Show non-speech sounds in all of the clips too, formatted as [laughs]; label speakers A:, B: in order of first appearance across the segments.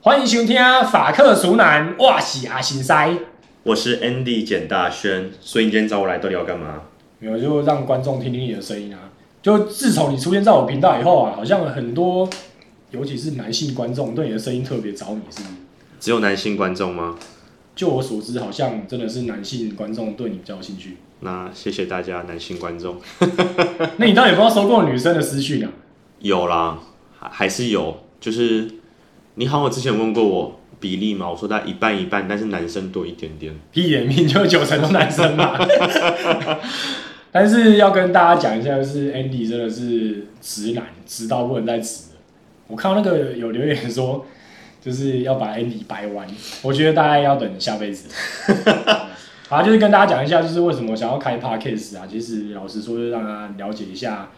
A: 欢迎收听法克熟男，哇喜阿行塞。
B: 我是 Andy 简大轩，所以你今天找我来到底要干嘛？
A: 没有，就让观众听听你的声音啊。就自从你出现在我频道以后啊，好像很多，尤其是男性观众对你的声音特别着迷，是不是？
B: 只有男性观众吗？
A: 就我所知，好像真的是男性观众对你比较有兴趣。
B: 那谢谢大家，男性观众
A: 那你到底有没有收过女生的私讯啊？
B: 有啦，还还是有，就是你好，我之前问过我比例嘛，我说大概一半一半，但是男生多一点点。
A: 屁眼命就九成都男生嘛。但是要跟大家讲一下，就是 Andy 真的是直男，直到不能再直了。我看到那个有留言说，就是要把 Andy 掰弯，我觉得大概要等下辈子。好，就是跟大家讲一下，就是为什么想要开 podcast 啊？其实老实说，就让大家了解一下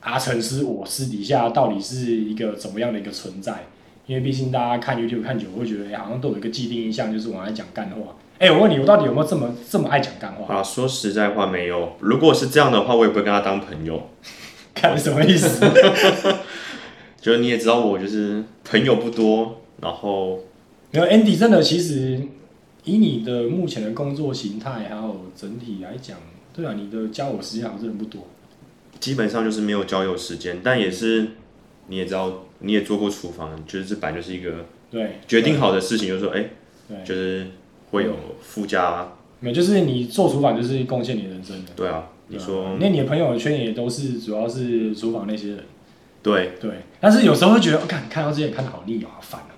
A: 阿成是我私底下到底是一个怎么样的一个存在。因为毕竟大家看 YouTube 看久，了，会觉得、哎好像都有一个既定印象，就是我爱讲干话。哎、我问你，我到底有没有这么这么爱讲干话？ [laughs]
B: 啊，说实在话，没有。如果是这样的话，我也不会跟他当朋友。
A: 看什么意思？
B: 就是你也知道，我就是朋友不多，然后
A: 没有 Andy 真的，其实以你的目前的工作形态，还有整体来讲，对啊，你的交友时间好像真的不多。
B: 基本上就是没有交友时间，但也是你也知道，你也做过厨房，就是这本来就是一个
A: 对，
B: 决定好的事情，就是说，哎、
A: 对，
B: 就是会有附加、
A: 没有，就是你做厨房就是贡献你的人生的。
B: 对啊，你
A: 对啊
B: 说
A: 那你的朋友圈也都是主要是厨房那些人，
B: 对，
A: 对。但是有时候会觉得，哦看、看到这些人看的好腻哦，好烦哦、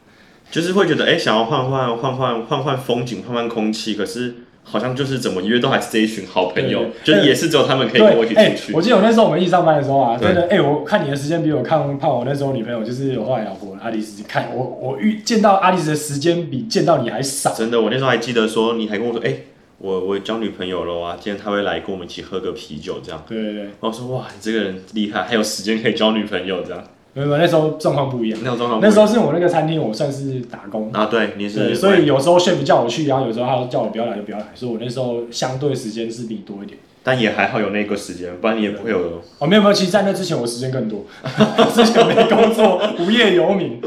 B: 就是会觉得哎、诶想要换换换换换换风景，换换空气，可是好像就是怎么约都还是这一群好朋友，
A: 对
B: 就是也是只有他们可以
A: 对，
B: 跟我一起
A: 哎
B: 出去。
A: 我记得我那时候我们一起上班的时候啊，
B: 对
A: 真的，哎、我看你的时间比我看看我那时候女朋友，就是我后来老婆阿丽丝，看我我遇见到阿丽丝的时间比见到你还少。
B: 真的，我那时候还记得说，你还跟我说，哎、我我交女朋友了啊，今天她会来跟我们一起喝个啤酒这样。
A: 对对对，
B: 然后我说哇，你这个人厉害，还有时间可以交女朋友这样。
A: 没有没有，那时候状况不一样。
B: 那种状况不
A: 那
B: 一样，
A: 时候是我那个餐厅，我算是打工，
B: 啊，对，
A: 对，
B: 你是
A: 所以有时候 chef 叫我去，然后有时候他叫我不要来就不要来，所以我那时候相对时间是比你多一点。
B: 但也还好有那个时间，不然你也不会有。
A: 哦，没有没有，其实在那之前我时间更多， [laughs] 之前没工作，无业游民，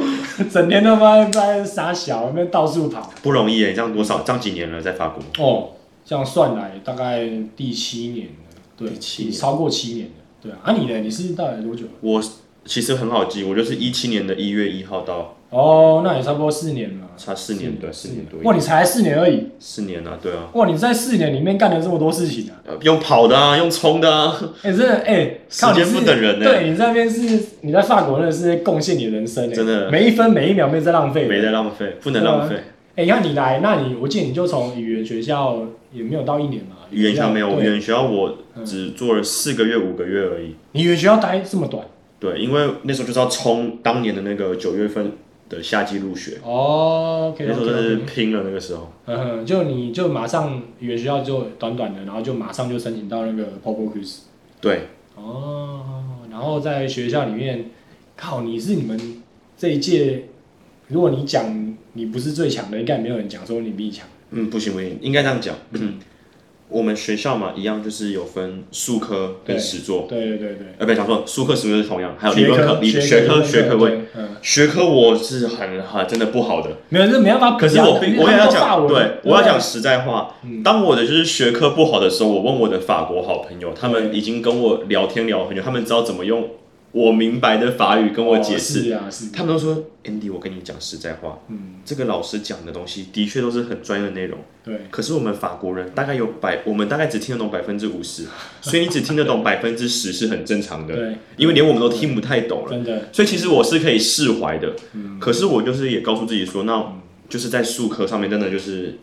A: 整天他妈在傻小，那边到处跑。
B: 不容易耶，这样多少？这样几年了，在法国？
A: 哦，这样算来大概第七年了，对，
B: 第七年
A: 超过七年了，对啊。啊，你呢？你是大概多久了？
B: 我其实很好记，我就是一七年的一月一号到
A: 哦，那也差不多四年了。
B: 差四年，对，四年多一
A: 哇，
B: 点，
A: 你才四年而已，
B: 四年啊，对啊，
A: 哇，你在四年里面干了这么多事情啊！
B: 呃用跑的啊，用冲的啊，
A: 哎、真的，哎、
B: 时
A: 靠，你
B: 间
A: 是
B: 不等人呢
A: 对你在那边是你在法国真的是贡献你的人生、哎
B: 真的
A: 每一分每一秒没有在浪费。
B: 没在浪费，不能浪费。
A: 哎、你看你来，那你我记得你就从语言学校也没有到一年嘛，
B: 语言学校没有，
A: 对
B: 语言学校我只做了四个月、五个月而已。
A: 你语言学校待这么短
B: 对，因为那时候就是要冲当年的那个九月份的夏季入学，
A: 哦，OK，
B: 那时候真的是拼了那个时候。
A: 嗯，就你就马上语言学校就短短的，然后就马上就申请到那个 p o p o Quiz
B: 对，
A: 哦，然后在学校里面，靠，你是你们这一届，如果你讲你不是最强的，应该没有人讲说你比你强。
B: 嗯，不行不行，应该这样讲。
A: 嗯
B: 嗯我们学校嘛，一样就是有分数科
A: 对
B: 跟实作，
A: 对对对对，
B: 呃，不要讲说术科、实作是同样，还有理论课、理
A: 学
B: 学科、学科
A: 科
B: 我
A: 对，嗯，
B: 学科我是很很真的不好的，
A: 没有，这没办法比啊。
B: 可是我并
A: 因为
B: 我也
A: 他
B: 要
A: 们都法
B: 讲，
A: 文
B: 对
A: 不
B: 我要讲实在话
A: 嗯。
B: 当我的就是学科不好的时候，我问我的法国好朋友，他们已经跟我聊天聊很久，他们知道怎么用我明白的法语跟我解
A: 哦
B: 释，
A: 是啊，是啊，
B: 他们都说 Andy，我跟你讲实在话，
A: 嗯，
B: 这个老师讲的东西的确都是很专业的内容，
A: 对，
B: 可是我们法国人大概有百，我们大概只听得懂百分之五十，所以你只听得懂百分之十是很正常的，
A: 对，
B: 因为连我们都听不太懂了。
A: 真的，
B: 所以其实我是可以释怀的，
A: 嗯
B: 可是我就是也告诉自己说，那就是在术科上面真的就是，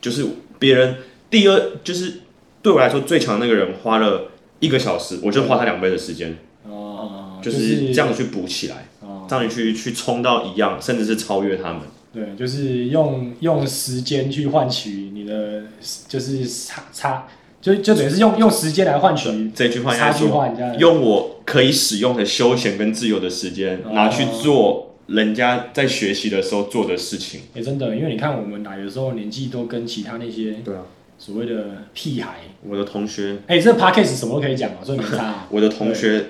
B: 就是别人第二就是对我来说最强的那个人花了一个小时，我就花他两倍的时间，
A: 哦，
B: 就是这样去补起来，
A: 哦。
B: 这样去去冲到一样，甚至是超越他们。
A: 对，就是用用时间去换取你的，就是差差，就就等于是用用时间来换取
B: 这句话应
A: 差
B: 该
A: 距
B: 说，
A: 化，你这样
B: 用我可以使用的休闲跟自由的时间
A: 哦
B: 拿去做人家在学习的时候做的事情。
A: 也、真的，因为你看我们来的时候年纪都跟其他那些
B: 对啊，
A: 所谓的屁孩，
B: 我的同学，。
A: 哎、这 p a c k a g e 什么都可以讲嘛，所以没差、啊
B: [laughs] 我的同学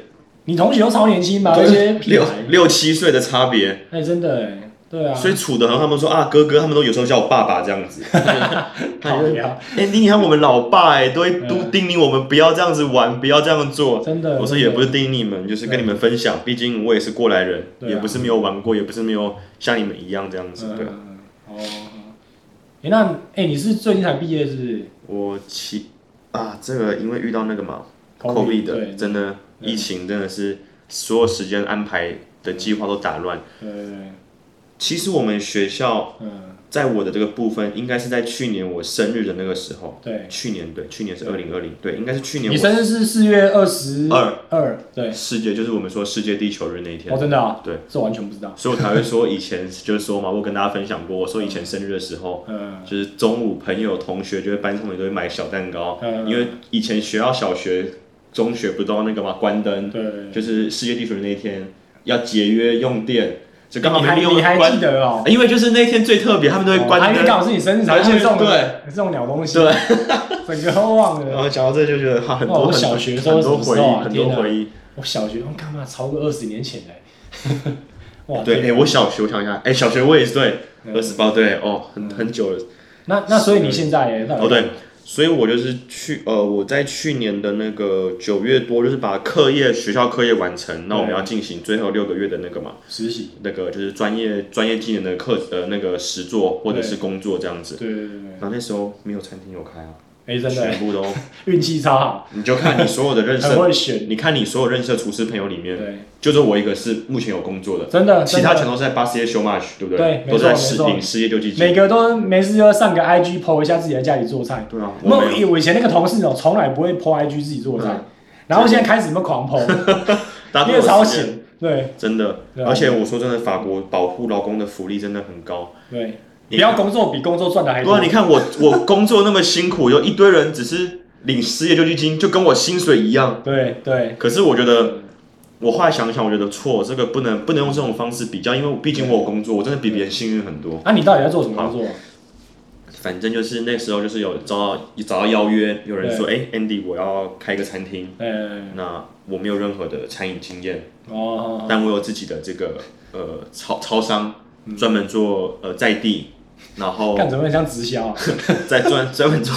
A: 你同学都超年轻嘛，那
B: 对
A: 些屁
B: 六
A: 孩，
B: 六七岁的差别，
A: 哎、真的哎、对啊，
B: 所以处的很好。他们说啊，哥哥，他们都有时候叫我爸爸
A: [laughs]
B: 这样子。
A: 讨厌，
B: 哎、你看我们老爸哎、都会都
A: 嗯
B: 叮咛我们不要这样子玩，不要这样做。
A: 真的。
B: 我说也不是叮咛你们，就是跟你们分享，毕竟我也是过来人，
A: 对啊
B: 也不是没有玩过，也不是没有像你们一样这样子。
A: 嗯
B: 对，啊
A: 嗯嗯哦，哎，那哎，你是最近才毕业是不是？
B: 我其啊，这个因为遇到那个嘛
A: COVID，
B: ，COVID
A: 对
B: 的，真的
A: 对
B: 疫情真的是所有时间安排的计划都打乱。
A: 对对对，
B: 其实我们学校
A: 呃嗯，
B: 在我的这个部分，应该是在去年我生日的那个时候，
A: 对。
B: 去年对，去年是二零二零，对，应该是去年
A: 你
B: 我
A: 生日是四月二十
B: 二
A: 二，对，
B: 世界就是我们说世界地球日那一天
A: 哦，，真的啊，
B: 对，
A: 这完全不知道。
B: 所以我才会说以前就是说嘛，我跟大家分享过，我说以前生日的时候，
A: 嗯，
B: 就是中午朋友同学就会班上的都会买小蛋糕，
A: 嗯
B: 因为以前学校小学、中学不都那个嘛关灯，
A: 对，
B: 就是世界地球日那一天要节约用电，就刚好
A: 你
B: 没
A: 还
B: 利用
A: 你还记
B: 关，
A: 得哦？
B: 因为就是那天最特别，他们都会
A: 哦
B: 关
A: 还
B: 灯
A: 预。告是你生日，
B: 而
A: 然后
B: 且
A: 这种
B: 对
A: 这种鸟东西，
B: 对，
A: [laughs] 整个都忘
B: 然
A: 了。
B: 后讲到这就觉得哈，很
A: 哇
B: 多
A: 我
B: 很
A: 小学的时候
B: 很多
A: 什么时
B: 回
A: 候啊
B: 忆，很
A: 天
B: 多
A: 哪
B: 回忆。
A: 我小学，我干嘛超过二十年前嘞？ [laughs] 哇，
B: 对，哎、我小学我想一下，哎、小学我也是对，
A: 嗯
B: 二十八对，哦，很很久了，
A: 那那所以你现在耶？到底
B: 哦对，所以我就是去呃，我在去年的那个九月多，就是把课业学校课业完成，那我们
A: 嗯
B: 要进行最后六个月的那个嘛，
A: 实习，
B: 那个就是专业专业技能的课呃那个实作或者是工作这样子
A: 对，对对对，
B: 然后那时候没有餐厅有开啊，
A: 哎，真的
B: 全部都，
A: 运气超好，
B: 你就看你所有的认识
A: [laughs] 很，会选，
B: 你看你所有认识的厨师朋友里面，
A: 对，
B: 就是我一个是目前有工作的。
A: 真的，
B: 其他
A: 呃真
B: 全
A: 的
B: 都是在巴西耶休马对不
A: 对没
B: 都是在
A: 错没
B: 失
A: 错
B: 领失业救济金。
A: 每个都没事就上个 IG PO 一下自己在家里做菜。
B: 对啊，我
A: 我
B: 没有。
A: 我以前那个同事哦，从来不会 PO IG 自己做菜，然后现在开始什么狂
B: [laughs]
A: PO，
B: 大
A: 因
B: 家都有
A: 为超
B: 时间
A: 闲，对
B: 真的，
A: 对啊
B: 而且我说真的，法国保护劳工的福利真的很高。
A: 对，不
B: 你
A: 要工作比工作赚的还
B: 对
A: 多
B: 啊，，你看我我工作那么辛苦，有一堆人只是领失业救济金，就跟我薪水一样。
A: 对对，
B: 可是我觉得，我后来想想，我觉得错，这个不能不能用这种方式比较，因为我毕竟我有工作，我真的比别人幸运很多。
A: 那、你到底在做什么工作？
B: 反正就是那时候就是有找到找到邀约，有人说，哎、a n d y 我要开个餐厅。
A: 呃，
B: 那我没有任何的餐饮经验，
A: 哦，
B: 但我有自己的这个呃超超商，专门做呃在地，然后
A: 嗯干什么很像直销啊？
B: 在专 [laughs] 专门做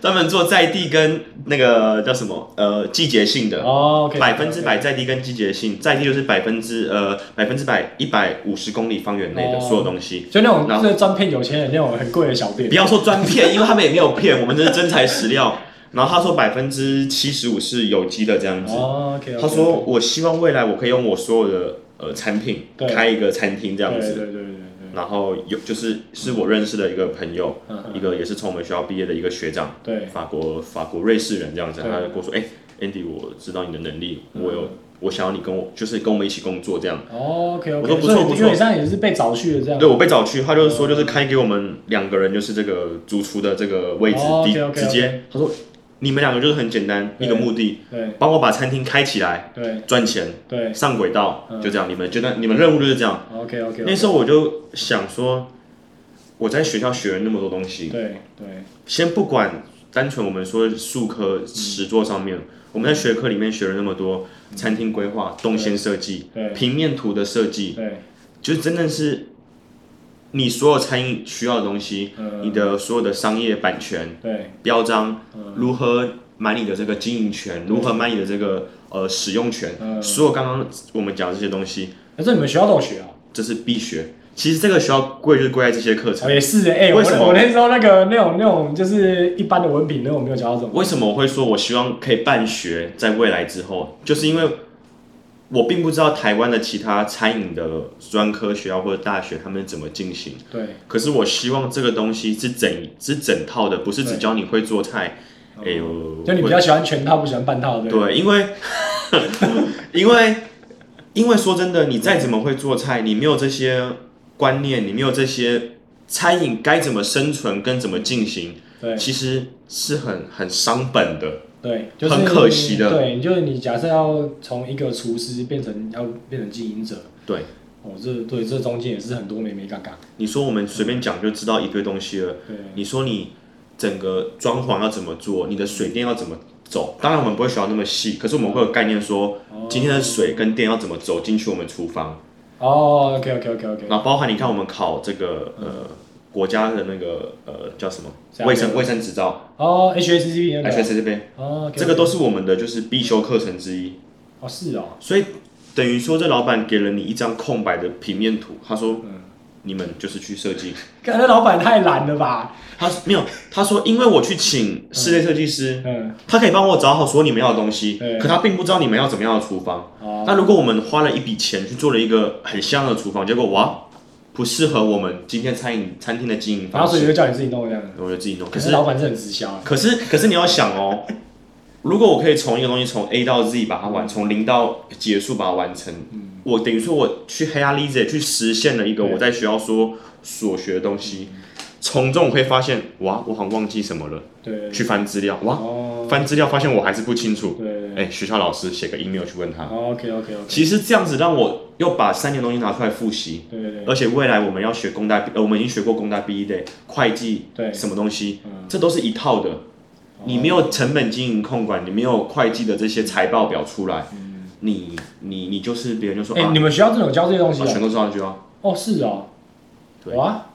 B: 专门做在地跟那个叫什么呃季节性的，
A: 哦，OK，
B: 百分之百在地跟季节性，在地就是百分之呃百分之百一百五十公里方圆内的
A: 哦
B: 所有东西。
A: 就那种
B: 然后
A: 就是专骗有钱人那种很贵的小店
B: 不，要说专骗，因为他们也没有骗，我们这是真材实料。然后他说百分之七十五是有机的这样子，
A: 哦，OK，
B: 他说：“我希望未来我可以用我所有的呃产品
A: 对
B: 开一个餐厅
A: 这
B: 这样子。
A: 对对对对对，
B: 然后有就是是我认识的一个朋友，
A: 嗯
B: 一个也是从我们学校毕业的一个学长，
A: 对，
B: 法国法国瑞士人这样子。
A: 对
B: 他就跟我说：‘哎、a n d y 我知道你的能力，
A: 嗯
B: 我有我想要你跟我就是跟我们一起工作这样。
A: 哦，OK
B: 我
A: OK，
B: 说不错不错
A: 因为像也是被找去的这样，哦
B: 对我被找去，他就是说就是开给我们两个人就是这个主厨的这个位置，
A: 哦
B: 直
A: OK，OK，OK
B: 直接他说你们两个就是很简单
A: 对
B: 一个目的，
A: 对
B: 帮我把餐厅开起来
A: 对
B: 赚钱。”
A: 对
B: 上轨道，
A: 嗯
B: 就这样。你们就那你们任务就是这样。
A: ，OK OK，
B: 那时候我就想说，我在学校学了那么多东西，
A: 对对
B: 先不管单纯我们说数科实作
A: 嗯
B: 上面，我们在学科里面学了那么多餐厅规划、动线设计、
A: 对
B: 平面图的设计，
A: 对，
B: 就真的是你所有餐饮需要的东西，
A: 嗯
B: 你的所有的商业版权、
A: 对
B: 标章
A: 嗯，
B: 如何买你的这个经营权，如何买你的这个呃使用权，
A: 嗯
B: 所有刚刚我们讲的这些东西。
A: 可是你们学校都有学啊？
B: 这是必学。其实这个学校贵就是贵在这些课程。
A: 哦，也是哎、欸，
B: 为什么
A: 我我那时候那个那种那种就是一般的文凭，那种没有教到这种。
B: 为什么我会说我希望可以办学，在未来之后，就是因为我并不知道台湾的其他餐饮的专科学校或者大学他们怎么进行。
A: 对，
B: 可是我希望这个东西是整是整套的，不是只
A: 对哦
B: 教你会做菜。哎呦，
A: 就你比较喜欢全套，不喜欢半套，对不对？
B: 对，
A: [laughs]
B: 因为因为因为说真的，你再怎么会做菜，你没有这些观念，你没有这些餐饮该怎么生存跟怎么进行，
A: 对
B: 其实是很很伤本的。
A: 对，就是
B: 很可惜的
A: 对，就是你假设要从一个厨师变成要变成经营者，
B: 对，
A: 哦，这对这中间也是很多美美嘎嘎。
B: 你说我们随便讲就知道一堆东西了。
A: 对，
B: 你说你整个装潢要怎么做，你的水电要怎么走？当然我们不会学到那么细，可是我们会有概念说，今天的水跟电要怎么走进去我们厨房，
A: 哦，OK OK OK OK，
B: 然后包含你看我们考这个呃国家的那个呃叫什么
A: 这样
B: 卫生卫生执照
A: 哦，HACCP 那个，
B: ，HS 这边，
A: 哦，OK，OK，
B: 这个都是我们的就是必修课程之一。
A: 哦是哦，
B: 所以等于说，这老板给了你一张空白的平面图，他说
A: 嗯，
B: 你们就是去设计。
A: 感觉老板太懒了吧，
B: 他没有，他说因为我去请室内设计师，
A: 嗯，
B: 他可以帮我找好所有你们要的东西
A: 对，
B: 可他并不知道你们要怎么样的厨房。
A: 哦，
B: 那如果我们花了一笔钱去做了一个很香的厨房，结果哇，不适合我们今天餐饮餐厅的经营
A: 然后
B: 方
A: 所以
B: 式，
A: 就叫你自己弄这样，
B: 我就自己弄。可
A: 可是
B: 是
A: 老板是很直销的，
B: 可是可是你要想哦。如果我可以从一个东西从 A 到 Z 把它完，从零到结束把它完成，
A: 嗯，
B: 我等于说我去黑压力子去实现了一个
A: 对
B: 我在学校说所学的东西，从中我会发现哇，我好像忘记什么了，
A: 对，
B: 去翻资料，哇，
A: 哦，
B: 翻资料发现我还是不清楚，
A: 对对哦
B: 哎，学校老师写个 email 去问他。
A: ，OK OK OK，
B: 其实这样子让我又把三年东西拿出来复习，
A: 对对对，
B: 而且未来我们要学工大，呃，我们已经学过工大毕业的会计，
A: 对
B: 什么东西，
A: 嗯，
B: 这都是一套的。你没有成本经营控管，你没有会计的这些财报表出来，
A: 嗯，
B: 你你你就是别人就说
A: 哎，
B: 啊，
A: 你们学校这种教这些东西
B: 我
A: 哦
B: 全，都知道就要。
A: 哦，是哦，
B: 对
A: 哇，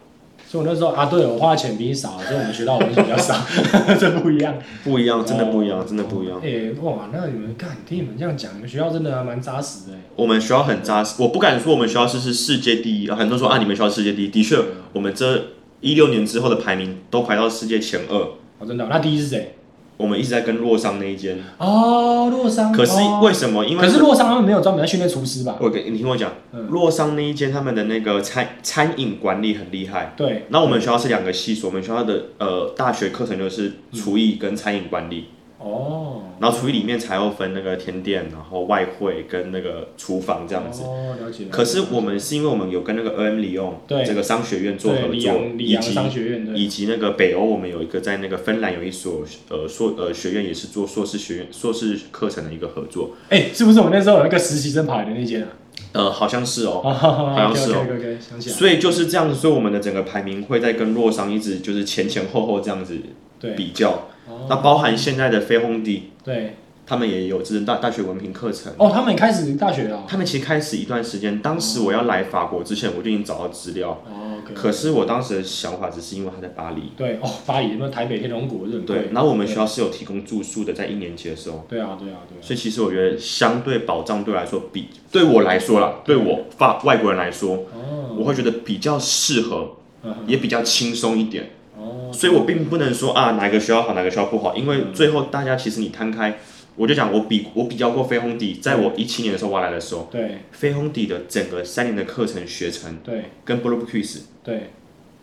A: 所以我那时候啊，对我花的钱比你少，所以我们学到的东西比较少， [laughs] 这不一样，
B: 不一
A: 哦
B: 样，真的不一样，真的不一样。
A: 哎、哇，那你们干，听你们这样讲，你们学校真的还蛮扎实的哎。
B: 我们学校很扎实，我不敢说我们学校是是世界第一，很多人说啊，你们学校世界第一，的确，我们这一六年之后的排名都排到世界前二。
A: 哦，真的哦、那第一是谁？
B: 我们一直在跟洛桑那一间，
A: 哦，洛桑。
B: 可是
A: 哦
B: 为什么？因为
A: 可是洛桑他们没有专门在训练厨师吧？
B: 我给你听我讲，
A: 嗯
B: 洛桑那一间他们的那个餐餐饮管理很厉害。
A: 对，
B: 那我们学校是两个系所，我们学校的呃大学课程就是厨艺跟餐饮管理，
A: 哦，
B: 然后厨艺里面才要分那个甜点，然后外汇跟那个厨房这样子。
A: 哦，了解。了解
B: 可是我们是因为我们有跟那个 N 里用
A: 对
B: 这个商学院做
A: 对
B: 合
A: 里
B: 作，
A: 昂里
B: 以
A: 昂
B: 及
A: 商学院对，
B: 以及那个北欧，我们有一个在那个芬兰有一所呃硕呃学院也是做硕士学院硕士课程的一个合作，
A: 哎、是不是我们那时候有一个实习生跑来的那间啊？
B: 呃好像是哦，
A: 哦，好
B: 像是哦
A: [laughs] OK OK OK，想起来了。
B: 所以就是这样，所以我们的整个排名会在跟洛桑一直就是前前后后这样子
A: 对，
B: 比较，
A: 哦，
B: 那包含现在的飞鸿迪，
A: 对，
B: 他们也有这大大学文凭课程。
A: 哦，他们也开始大学了哦。
B: 他们其实开始一段时间，当时我要来法国之前，我就已经找到资料。
A: 哦，OK，
B: 可是我当时的想法只是因为他在巴黎，
A: 对，哦，巴黎，那台北天龙谷这很
B: 对
A: 贵，。
B: 然后我们学校是有提供住宿的，在一年级的时候，
A: 对啊，对啊，对啊。
B: 所以其实我觉得相对保障对我来说比对我来说啦，对我法外国人来说，
A: 嗯哦，
B: 我会觉得比较适合，
A: 嗯哼
B: 也比较轻松一点。
A: 哦，
B: 所以我并不能说啊哪个学校好，哪个学校不好，因为最后大家其实你摊开，我就讲我比我比较过飞鸿底，在我一七年的时候我来的时候，
A: 啊对
B: 飞鸿底的整个三年的课程学程
A: 对
B: 跟 b l o b q u i z
A: 对，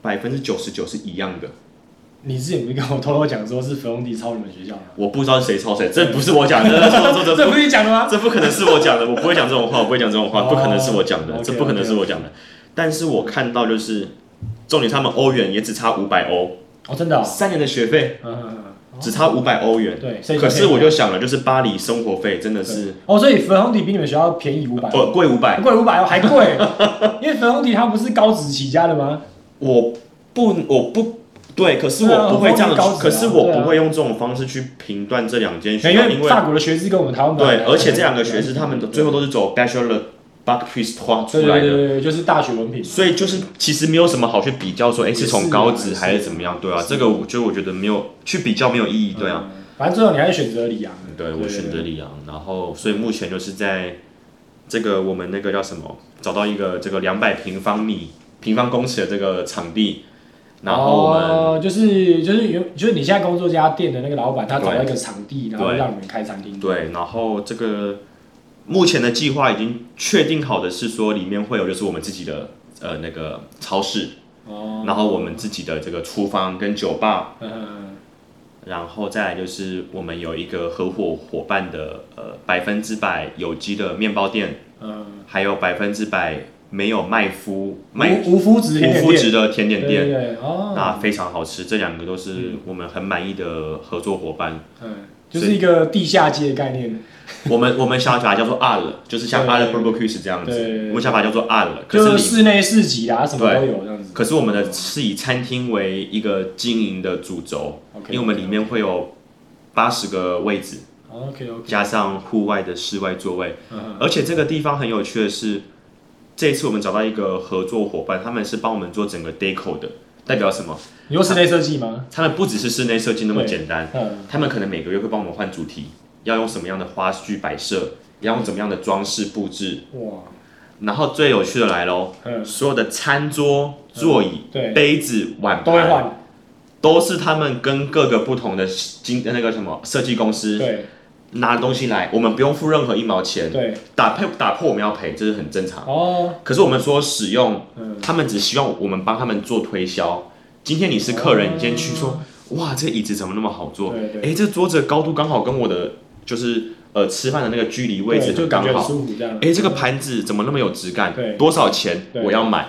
B: 百分之九十九是一样的。
A: 你之前不是跟我偷偷讲说是粉红迪抄你们学校的？
B: 我不知道是谁抄谁，这不是我讲的，这这这这
A: 这不是你讲的吗？
B: [laughs] 这不可能是我讲的，我不会讲这种话，我不会讲这种话，
A: 哦
B: 不可能是我讲的，
A: OK，
B: 这不可能是我讲的。但是我看到就是，重点他们欧元也只差五百欧，
A: 哦，真的、哦，
B: 三年的学费
A: 嗯嗯，嗯
B: 只差五百欧元。
A: 对，所以
B: 可是我
A: 就
B: 就想了，就是巴黎生活费真的
A: 可以
B: 是
A: 哦，所以粉红迪比你们学校便宜五百，
B: 呃贵五百，
A: 贵五百哦，还贵， [laughs] 因为粉红迪它不是高职起家的吗？
B: 我不我不对，可是
A: 对啊
B: 我不会这样
A: 我帮你高职
B: 子，
A: 啊
B: 可是我
A: 对啊
B: 不会用这种方式去评断这两间学
A: 因
B: 校，因
A: 为
B: 为
A: 法国的学制跟我们台湾本来
B: 对，而且这两个学士他们的最后都是走 Bachelor Bac p r i s t
A: 对
B: 出
A: 对
B: 来
A: 对
B: 的。
A: 对对，就是大学文凭，
B: 所以就是其实没有什么好去比较说，哎、
A: 也是
B: 是从高职
A: 也是
B: 还是怎么样，对啊
A: 是，
B: 这个我就我觉得没有去比较没有意义，对啊，
A: 嗯，反正最后你还是选择啊里昂，
B: 对我选择里昂，然后所以目前就是在这个我们那个叫什么，找到一个这个两百平方米平方公尺的这个场地，然后我们、
A: 哦、就是就是有就是你现在工作这家店的那个老板，他找到一个场地，然后
B: 对
A: 让你们开餐厅，
B: 对，然后这个目前的计划已经确定好的是说里面会有就是我们自己的呃那个超市，
A: 哦，
B: 然后我们自己的这个厨房跟酒吧。
A: 嗯嗯嗯
B: 然后再来就是我们有一个合伙伙伴的呃百分之百有机的面包店，
A: 嗯。
B: 还有百分之百没有麦麸麦
A: 无无麸质哦甜
B: 无
A: 点
B: 麸
A: 店，
B: 质的甜点
A: 对
B: 店，
A: 对对哦，
B: 那非常好吃。这两个都是我们很满意的合作伙伴。
A: 嗯，就是一个地下街的概念，
B: 我们我们想法叫做 a l 就是像 a
A: 对
B: l b u r b e r c u s 这样
A: 对对
B: 子
A: 对，
B: 我们想法叫做 a l 可
A: 就是
B: 你
A: 室内市集啦，什么都有这样子。
B: 可是我们的是以餐厅为一个经营的主轴，因
A: OK，
B: 为我们里面会有八十个位置，
A: OK OK，
B: 加上户外的室外座位。
A: 嗯
B: 而且这个地方很有趣的是，这一次我们找到一个合作伙伴，他们是帮我们做整个 deco 的，代表什么？
A: 你说室内设计吗？
B: 他们不只是室内设计那么简单，
A: 嗯，
B: 他们可能每个月会帮我们换主题，要用什么样的花絮摆设，要用怎么样的装饰布置。
A: 哇，
B: 然后最有趣的来喽，
A: 嗯，
B: 所有的餐桌、座椅、
A: 对，
B: 杯子、碗
A: 都会
B: 盘，
A: 换，
B: 都是他们跟各个不同的经那个什么设计公司
A: 对
B: 拿东西来，我们不用付任何一毛钱，
A: 对，
B: 打破打破我们要赔，这是很正常。
A: 哦，
B: 可是我们说使用，
A: 嗯，
B: 他们只希望我们帮他们做推销。今天你是客人，你今天去说，哇，这椅子怎么那么好坐？
A: 哦对对
B: 哎，这桌子的高度刚好跟我的就是呃吃饭的那个距离位置
A: 对就
B: 很
A: 感
B: 刚
A: 觉很
B: 好。
A: 舒服这样。
B: 哎，这个盘子怎么那么有质感
A: 对？
B: 多少钱？
A: 对
B: 我要买。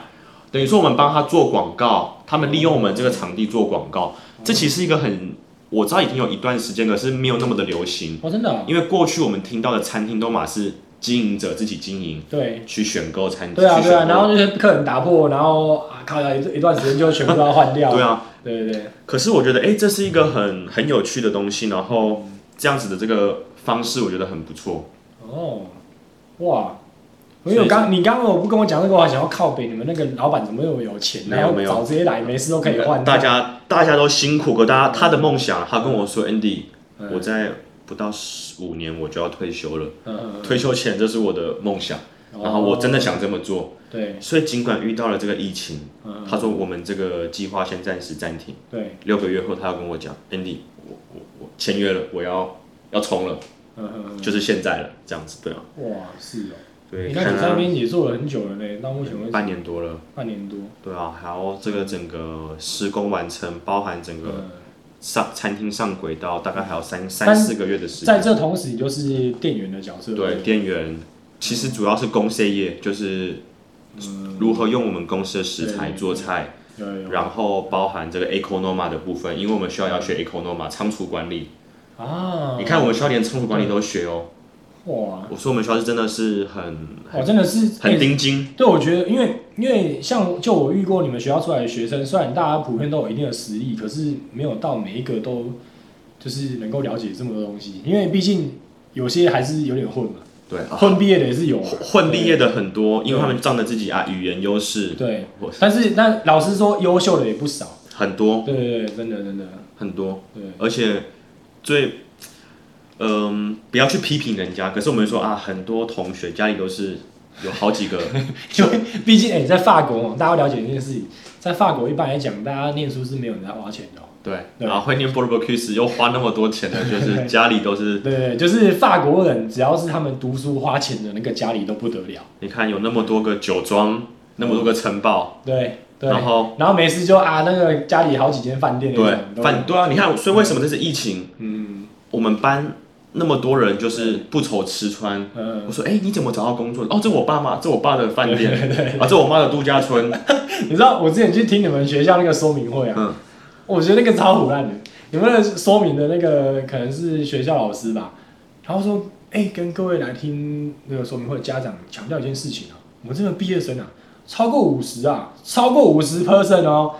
B: 等于说我们帮他做广告，他们利用我们这个场地做广告，这其实是一个很我知道已经有一段时间，可是没有那么的流行，
A: 哦，真的哦，
B: 因为过去我们听到的餐厅都嘛是经营者自己经营。
A: 对，
B: 去选购餐具，
A: 对啊，
B: 去
A: 对啊，
B: 选购
A: 然后就是客人打破，然后啊靠，一一段时间就全部都要换掉。
B: 对啊。
A: 对对对，
B: 可是我觉得，哎、这是一个很很有趣的东西，然后这样子的这个方式，我觉得很不错。
A: 哦，哇！因
B: 所以
A: 为我刚你刚刚我不跟我讲这个，我还想要靠北，你们那个老板怎么那么有钱，
B: 没
A: 然
B: 有
A: 后
B: 没有
A: 找这些来，没事都可以换。
B: 大家大家都辛苦，可大家他的梦想，他跟我说，Andy，
A: 嗯，
B: 我在不到十五年我就要退休了，
A: 嗯，
B: 退休前这是我的梦想，
A: 嗯哦
B: 然后我真的想这么做。
A: 对，
B: 所以尽管遇到了这个疫情，
A: 嗯，
B: 他说我们这个计划先暂时暂停，
A: 对，
B: 六个月后他要跟我讲，Andy，我我我签约了，我要要冲了，
A: 嗯嗯
B: 就是现在了，这样子对啊。
A: 嗯，哇，是哦。
B: 对，
A: 你看
B: 看啊
A: 你在那
B: 他
A: 边也做了很久了呢，到目前为止
B: 半年多了，
A: 半年多。
B: 对啊，还有这个整个施工完成，包含整个
A: 嗯，
B: 上餐厅上轨道，大概还有三
A: 三
B: 三四个月的时
A: 在
B: 间。
A: 这同时，你就是店员的角色。
B: 对，，店员其实主要是公司业，就是
A: 嗯，
B: 如何用我们公司的食材
A: 对
B: 做菜，
A: 有有有
B: 然后包含这个 economa 的部分，因为我们需要要学 economa 仓储管理。
A: 啊！
B: 你看，我们需要连仓储管理都学哦。
A: 哇，
B: 我说我们学校是真的是很
A: 哦，真的是
B: 很盯紧，
A: 对，我觉得，因为因为像就我遇过你们学校出来的学生，虽然大家普遍都有一定的实力，可是没有到每一个都就是能够了解这么多东西，因为毕竟有些还是有点混嘛，
B: 对啊，
A: 混毕业的也是有嘛，
B: 混混毕业的很多，因为他们仗着自己啊语言优势
A: 对，对
B: 我
A: 但是那老师说优秀的也不少，
B: 很多
A: 对对对，真的真的，
B: 很多，
A: 对
B: 而且最，嗯、不要去批评人家。可是我们说啊，很多同学家里都是有好几
A: [laughs]
B: 个，
A: 因为毕竟哎、你在法国哦，大家要了解一件事情，在法国一般来讲，大家念书是没有人在花钱的哦、
B: 对，
A: 对
B: 然后会念 b o r b o k i s 又花那么多钱的，就是家里都是，
A: 对对，就是法国人只要是他们读书花钱的那个家里都不得了，
B: 你看有那么多个酒庄，那么多个城堡，
A: 对对。
B: 然后
A: 然后没事就啊，那个家里好几间饭店那种
B: 对，
A: 都
B: 反对啊，你看，所以为什么这次疫情，
A: 嗯
B: 我们班那么多人就是不愁吃穿。我
A: 嗯，
B: 说，哎、你怎么找到工作的？哦，这我爸妈，这我爸的饭店
A: 对对对
B: 啊，这我妈的度假村。
A: 你知道我之前去听你们学校那个说明会啊，
B: 嗯，
A: 我觉得那个超胡乱的。你们的说明的那个可能是学校老师吧，然后说，哎、跟各位来听那个说明会的家长强调一件事情啊，我们这个毕业生啊，超过五十啊，超过五十 percent 哦，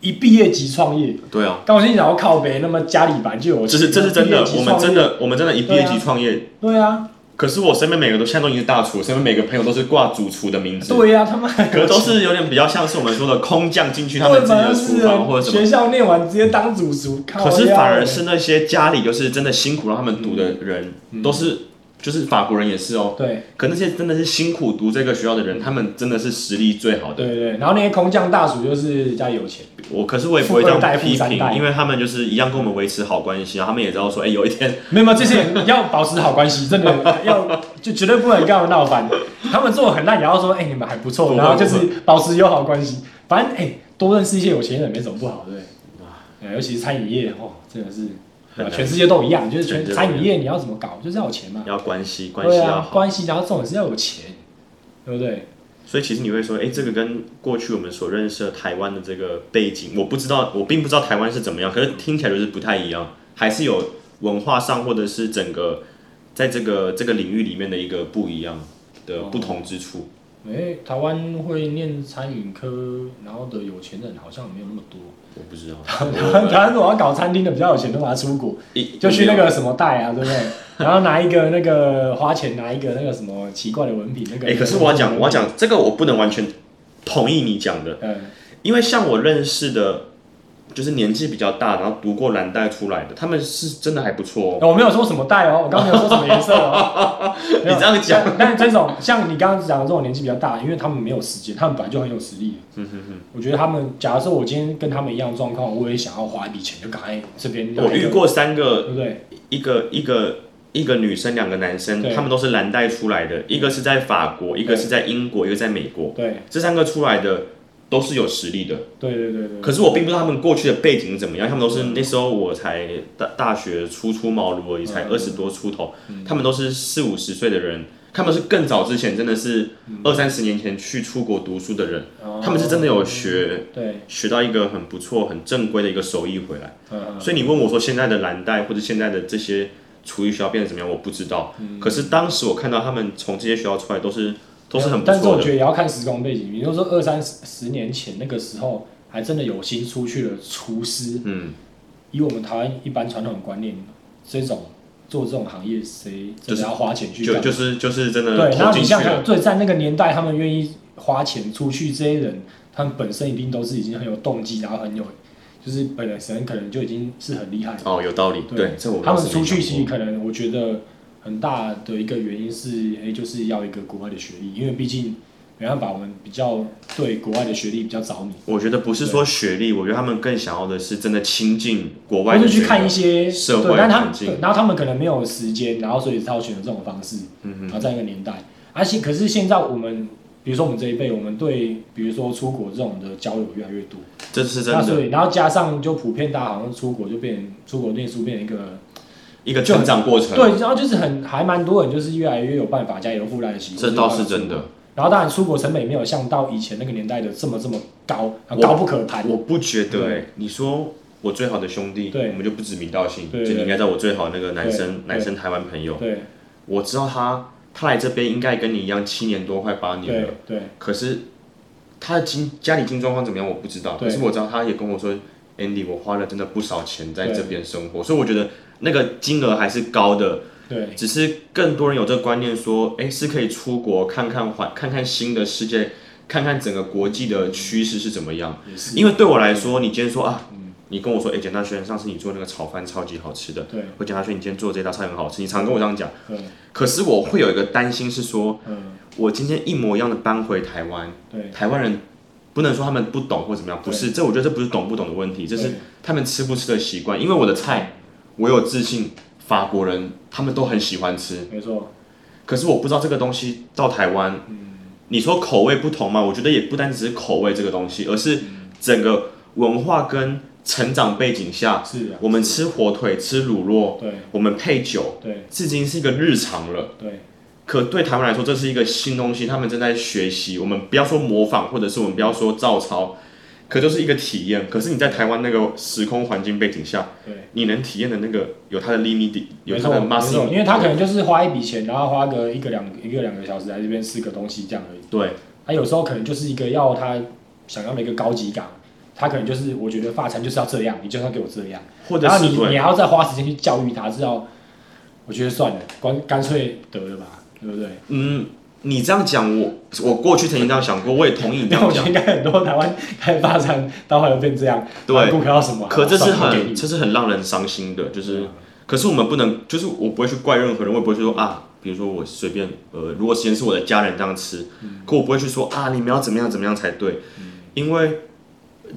A: 一毕业即创业。
B: 对啊，
A: 但我心想，要靠北，那么家里版就有，
B: 这是这是真的，我们真
A: 的，
B: 的我们真的，一毕业即创业。
A: 对啊，
B: 可是我身边每个都现在都已经是大厨，身边每个朋友都是挂主厨的名字，
A: 对呀、他们还有
B: 可是都是有点比较像是我们说的空降进去他
A: 对
B: 们自己
A: 反而
B: 的
A: 是
B: 厨房或者什
A: 学
B: 么。
A: 校念完直接当主厨，靠
B: 可是
A: 腰欸
B: 反而是那些家里就是真的辛苦让他们读的人，都是就是法国人也是哦。
A: 嗯对
B: 可那些真的是辛苦读这个学校的人，他们真的是实力最好的。
A: 对对，然后那些空降大厨就是家里有钱，
B: 我可是我也不会这样
A: 富二代
B: 批
A: 富三代
B: 评，因为他们就是一样跟我们维持好关系，然后他们也知道说，哎，有一天
A: 没有没有，这些人要保持好关系，真的要就绝对不能跟他们闹翻。他们做得很烂，也要说哎、你们还不
B: 不
A: 错，
B: 会
A: 然后就
B: 不
A: 是保持友好关系。反正哎、多认识一些有钱人没什么不好，对不对。哎尤其是餐饮业哦，真的是
B: 很难
A: 全世界都一样，就是全
B: 全世界都一样
A: 餐饮业你要怎么搞，就是要有钱嘛，
B: 要关系关
A: 对
B: 系要
A: 啊，
B: 好。
A: 关系，然后重点是要有钱，对不对？
B: 所以其实你会说，哎、这个跟过去我们所认识的台湾的这个背景，我不知道，我并不知道台湾是怎么样，可是听起来就是不太一样，还是有文化上或者是整个在这个这个领域里面的一个不一样的
A: 哦
B: 不同之处。
A: 哎、台湾会念餐饮科，然后的有钱人好像没有那么多。
B: 我不知道
A: [laughs] 台湾如果要搞餐厅的比较有钱，都把它出国，
B: 一，
A: 就去那个什么带啊，对不对？然后拿一个那个花钱拿一个那个什么奇怪的文凭，那个。
B: 哎、可是我要讲，我要，讲这个，我不能完全同意你讲的，
A: 嗯，
B: 因为像我认识的，就是年纪比较大，然后读过蓝带出来的，他们是真的还
A: [laughs]
B: 不错、哦。
A: 我没有说什么带哦，我刚没有说什么颜色哦。
B: [laughs] 你这样讲
A: [laughs] 但，但这种像你刚刚讲的这种年纪比较大，因为他们没有时间，他们本来就很有实力。
B: 嗯哼
A: 我觉得他们，假如说我今天跟他们一样的状况，我也想要花一笔钱，就赶快这边
B: 哼，我
A: 拿一
B: 遇
A: 个，
B: 过三个
A: 对不对？
B: 一个一个一个女生，两个男生
A: 对，
B: 他们都是蓝带出来的，一个是在法国，一个是在英国，一个在美国，
A: 对
B: 这三个出来的都是有实力的。
A: 对对对对。
B: 可是我并不知道他们过去的背景是怎么样，他们都是那时候我才大大学初出茅庐而已，才
A: 嗯
B: 二十多出头，他们都是四五十岁的人。他们是更早之前，真的是二三十年前去出国读书的人，
A: 嗯哦
B: 他们是真的有学
A: 对，
B: 学到一个很不错、很正规的一个手艺回来。
A: 嗯，
B: 所以你问我说现在的蓝带或者现在的这些厨艺学校变得怎么样，我不知道。
A: 嗯
B: 可是当时我看到他们从这些学校出来都是都是很不
A: 但是我
B: 错
A: 觉
B: 的。
A: 得也要看时空背景，比如说二三十十年前那个时候，还真的有新出去的厨师，
B: 嗯，
A: 以我们台湾一般传统的观念，这种做这种行业，谁
B: 就
A: 真
B: 是
A: 的要花钱去
B: 就
A: 干
B: 就是就是真的
A: 对，然
B: 投
A: 后
B: 进
A: 你
B: 去
A: 像
B: 了。
A: 对在那个年代，他们愿意花钱出去，这些人他们本身一定都是已经很有动机，然后很有，就是本身可能就已经是很厉害的。
B: 哦，有道理。
A: 对
B: 对，这我
A: 他
B: 倒是
A: 们
B: 没
A: 出去
B: 想
A: 其实
B: 过
A: 可能我觉得很大的一个原因是，哎、就是要一个国外的学历，因为毕竟没办法，我们比较对国外的学历比较着迷，
B: 我觉得不是说学历，我觉得他们更想要的是真的亲近国外
A: 或
B: 的
A: 是去
B: 人
A: 看一些
B: 社
A: 对，
B: 会
A: 但他
B: 环
A: 们
B: 境
A: 对，然后他们可能没有时间，然后所以才要选择这种方式。
B: 嗯
A: 然后在那个年代，而且可是现在我们，比如说我们这一辈，我们对比如说出国这种的交流越来越多，
B: 这是真
A: 那所
B: 的
A: 以然后加上就普遍大家好像出国就变出国念书变成一个
B: 一个成长过程。
A: 对，然后就是很还蛮多人就是越来越有办法加油负担的习惯，
B: 这倒是真的。
A: 然后当然出国成本也没有像到以前那个年代的这么这么高，
B: 我
A: 高不可攀。
B: 我不觉得
A: 对
B: 哎、你说我最好的兄弟，
A: 对
B: 我们就不指名道姓，
A: 对
B: 就你
A: 对
B: 应该知道我最好的那个男
A: 对
B: 生，男生台湾朋友，
A: 对
B: 我知道他，他来这边应该跟你一样七年多，快八年
A: 对
B: 了。
A: 对
B: 可是他的经家里经济状况怎么样，我不知道。
A: 对
B: 可是我知道他也跟我说，Andy，我花了真的不少钱在这边生活，所以我觉得那个金额还是高的。
A: 对
B: 只是更多人有这个观念说，哎，是可以出国看看环，看看新的世界，看看整个国际的趋势是怎么样。
A: 也是嗯
B: 因为对我来说，你今天说啊，你跟我说，哎，简大轩，上次你做那个炒饭超级好吃的，
A: 对
B: 或简大轩，你今天做这道菜很好吃，你常跟我这样讲。
A: 对
B: 可是我会有一个担心是说，
A: 嗯
B: 我今天一模一样的搬回台湾，
A: 对
B: 台湾人不能说他们不懂或怎么样，不是，这我觉得这不是懂不懂的问题，这是
A: 对
B: 他们吃不吃的习惯。因为我的菜，我有自信，法国人他们都很喜欢吃，
A: 没错
B: 可是我不知道这个东西到台湾，
A: 嗯
B: 你说口味不同嘛？我觉得也不单只是口味这个东西，而是
A: 嗯
B: 整个文化跟成长背景下，
A: 是啊
B: 我们吃火腿、吃乳酪，
A: 对
B: 我们配酒，
A: 对
B: 至今是一个日常了。
A: 对
B: 可对台湾来说，这是一个新东西，他们正在学习。我们不要说模仿，或者是我们不要说照抄，可就是一个体验。可是你在台湾那个时空环境背景下，
A: 对。
B: 你能体验的那个有它的 limit，有
A: 没
B: 它
A: 错，
B: 的
A: 没
B: muscle，
A: 错，因为他可能就是花一笔钱，然后花个一个两一个两个小时来这边试个东西这样而已。
B: 对
A: 他有时候可能就是一个要他想要的一个高级感，他可能就是我觉得发餐就是要这样，你就是要给我这样，
B: 或者
A: 然后
B: 是
A: 你
B: 对
A: 你还要再花时间去教育他，知道？我觉得算了，干干脆得了吧，对不对？
B: 嗯，你这样讲，我我过去曾经这样想过，我也同意你这
A: 那
B: 样
A: 我觉得
B: 讲。
A: 应该很多台湾开发商到后来变这样，
B: 对
A: 顾客要什么，
B: 可这是
A: 算了不给
B: 很
A: 你啊
B: 这是很让人伤心的，就是，可是我们不能，就是我不会去怪任何人，我也不会去说啊，比如说我随便，呃，如果之前是我的家人这样吃，
A: 嗯
B: 可我不会去说啊，你们要怎么样怎么样才对，因为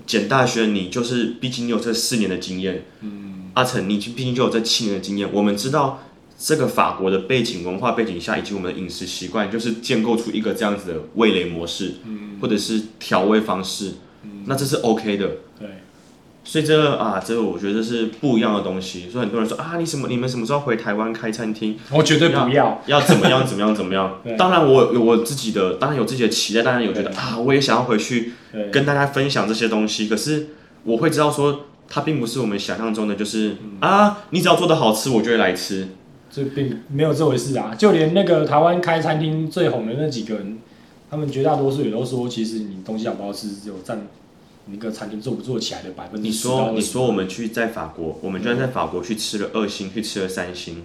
B: 简大学你就是，毕竟你有这四年的经验，
A: 嗯
B: 阿成你毕竟就有这七年的经验，我们知道。这个法国的背景、文化背景下，以及我们的饮食习惯，就是建构出一个这样子的味蕾模式，
A: 嗯
B: 或者是调味方式，那这是 OK 的。
A: 对
B: 所以这啊，这个我觉得是不一样的东西。所以很多人说啊，你什么你们什么时候回台湾开餐厅？
A: 我绝对不要，
B: 要怎么样怎么样怎么样
A: 对？
B: 当然我有我自己的，当然有自己的期待，当然有觉得
A: 对
B: 啊，我也想要回去
A: 对
B: 跟大家分享这些东西。可是我会知道说，它并不是我们想象中的，就是啊，你只要做的好吃，我就会来吃。
A: 这并没有这回事啊！就连那个台湾开餐厅最红的那几个人，他们绝大多数也都说，其实你东西好不好吃，只有占你一个餐厅做不做起来的百分之
B: 你
A: 十到
B: 说，
A: 二
B: 你
A: 十。
B: 说我们去在法国，我们居然在法国去吃了二星，去吃了三星，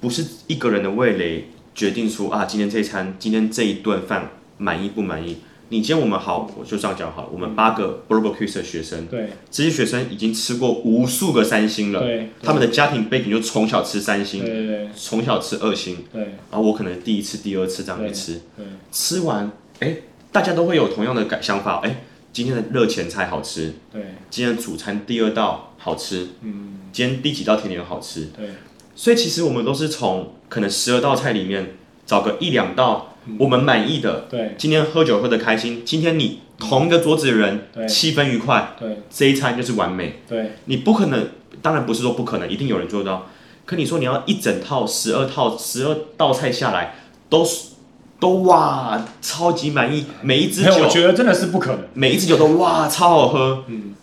B: 不是一个人的味蕾决定出啊，今天这一餐，今天这一顿饭满意不满意？你今天我们好，我就这样讲好了，我们八个 Barbecue 的学生，
A: 对
B: 这些学生已经吃过无数个三星了，
A: 对，
B: 他们的家庭背景就从小吃三
A: 对
B: 星，
A: 对对
B: 从小吃二星，
A: 对
B: 然后我可能第一次、第二次这样去吃，
A: 对，
B: 吃完，哎，大家都会有同样的感想法，哎，今天的热前菜好吃。
A: 对，
B: 今天主餐第二道好吃，
A: 嗯，
B: 今天第几道甜点好吃。
A: 对
B: 所以其实我们都是从可能十二道菜里面找个一两道我们满意的。
A: 嗯对
B: 今天喝酒喝得开心，今天你同一个桌子的人
A: 对
B: 气氛愉快，
A: 对
B: 这一餐就是完美。
A: 对
B: 你不可能，当然不是说不可能，一定有人做到。可你说你要一整套十二套十二道菜下来，都是都哇超级满意，每一支
A: 没有，我
B: 酒
A: 觉得真的是不可能。
B: 每一支酒都哇超好喝。
A: 嗯，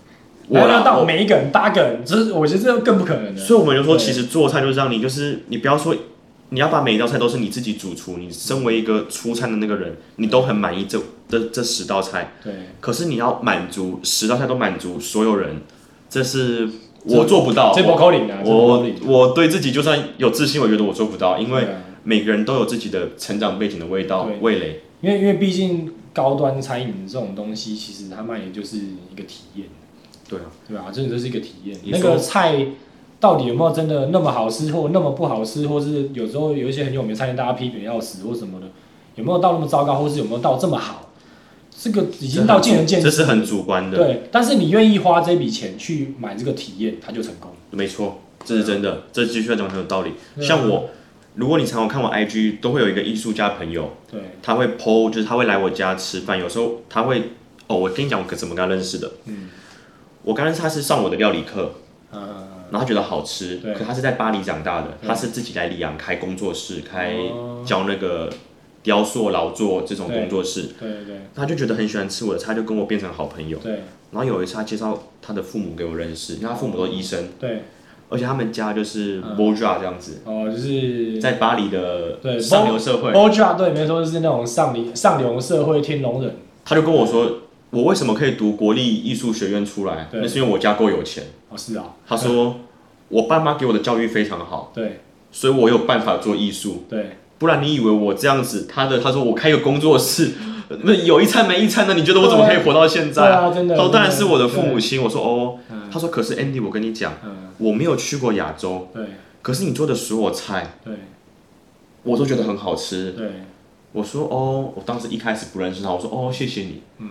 B: 我
A: 然后要
B: 啦
A: 到
B: 我
A: 每一个人八个人，这是我觉得这更不可能的。
B: 所以我们就说，
A: 对
B: 其实做菜就是让你，就是你不要说，你要把每一道菜都是你自己主厨，你身为一个出餐的那个人，你都很满意这这这十道菜。
A: 对
B: 可是你要满足十道菜都满足所有人，这是
A: 这
B: 我做不到。
A: 这波
B: 我
A: 扣零啊，这波扣
B: 我
A: 零。
B: 我对自己就算有自信，我觉得我做不到，因为
A: 对啊
B: 每个人都有自己的成长背景的味道
A: 对、
B: 味蕾。
A: 因为因为毕竟高端餐饮这种东西，其实它卖的就是一个体验，
B: 对啊，
A: 对吧？真的就是一个体验。
B: 你
A: 那
B: 说
A: 个菜到底有没有真的那么好吃，或那么不好吃，或是有时候有一些很有名的餐厅，大家批评要死或什么的，有没有到那么糟糕，或是有没有到这么好？这个已经到见仁见智，
B: 这是很主观的，
A: 对。但是你愿意花这笔钱去买这个体验，它就成功。
B: 没错，这是真的，这继续讲得很有道理。
A: 对啊
B: 像我，如果你常常看我 IG，都会有一个艺术家朋友。
A: 对，
B: 他会 PO，就是他会来我家吃饭，有时候他会哦，我跟你讲我怎么跟他认识的。
A: 嗯，
B: 我刚认识他是上我的料理课，
A: 呃，
B: 然后他觉得好吃，
A: 对
B: 可他是在巴黎长大的，
A: 对
B: 他是自己来里昂开工作室，开
A: 哦
B: 教那个雕塑、劳作这种
A: 对
B: 工作室，
A: 嗯对对
B: 他就觉得很喜欢吃我的菜，他就跟我变成好朋友。
A: 对
B: 然后有一次他介绍他的父母给我认识，因为他父母都是医生，
A: 对，
B: 而且他们家就是
A: 嗯
B: b o u r g e o i 这样子，
A: 哦，就是
B: 在巴黎的
A: 对
B: 上流社会。
A: Oja 对，没错，就是那种上流上流社会天龙人。
B: 他就跟我说，我为什么可以读国立艺术学院出来？
A: 对
B: 那是因为我家够有钱。
A: 哦，是啊，
B: 他说，我爸妈给我的教育非常好，
A: 对
B: 所以我有办法做艺术。
A: 对
B: 不然你以为我这样子？他的他说我开个工
A: [laughs]
B: 作室，那有一餐没一餐的，你觉得我怎么可以活到现在？
A: 对啊真的
B: 他说当然
A: 真的
B: 是我的父母亲。我说哦
A: 嗯，
B: 他说可是 Andy，我跟你讲，
A: 嗯，
B: 我没有去过亚洲，
A: 对
B: 可是你做的所有菜，
A: 对
B: 我都觉得很好吃。
A: 对，
B: 我说哦，我当时一开始不认识他，我说哦，谢谢你。
A: 嗯，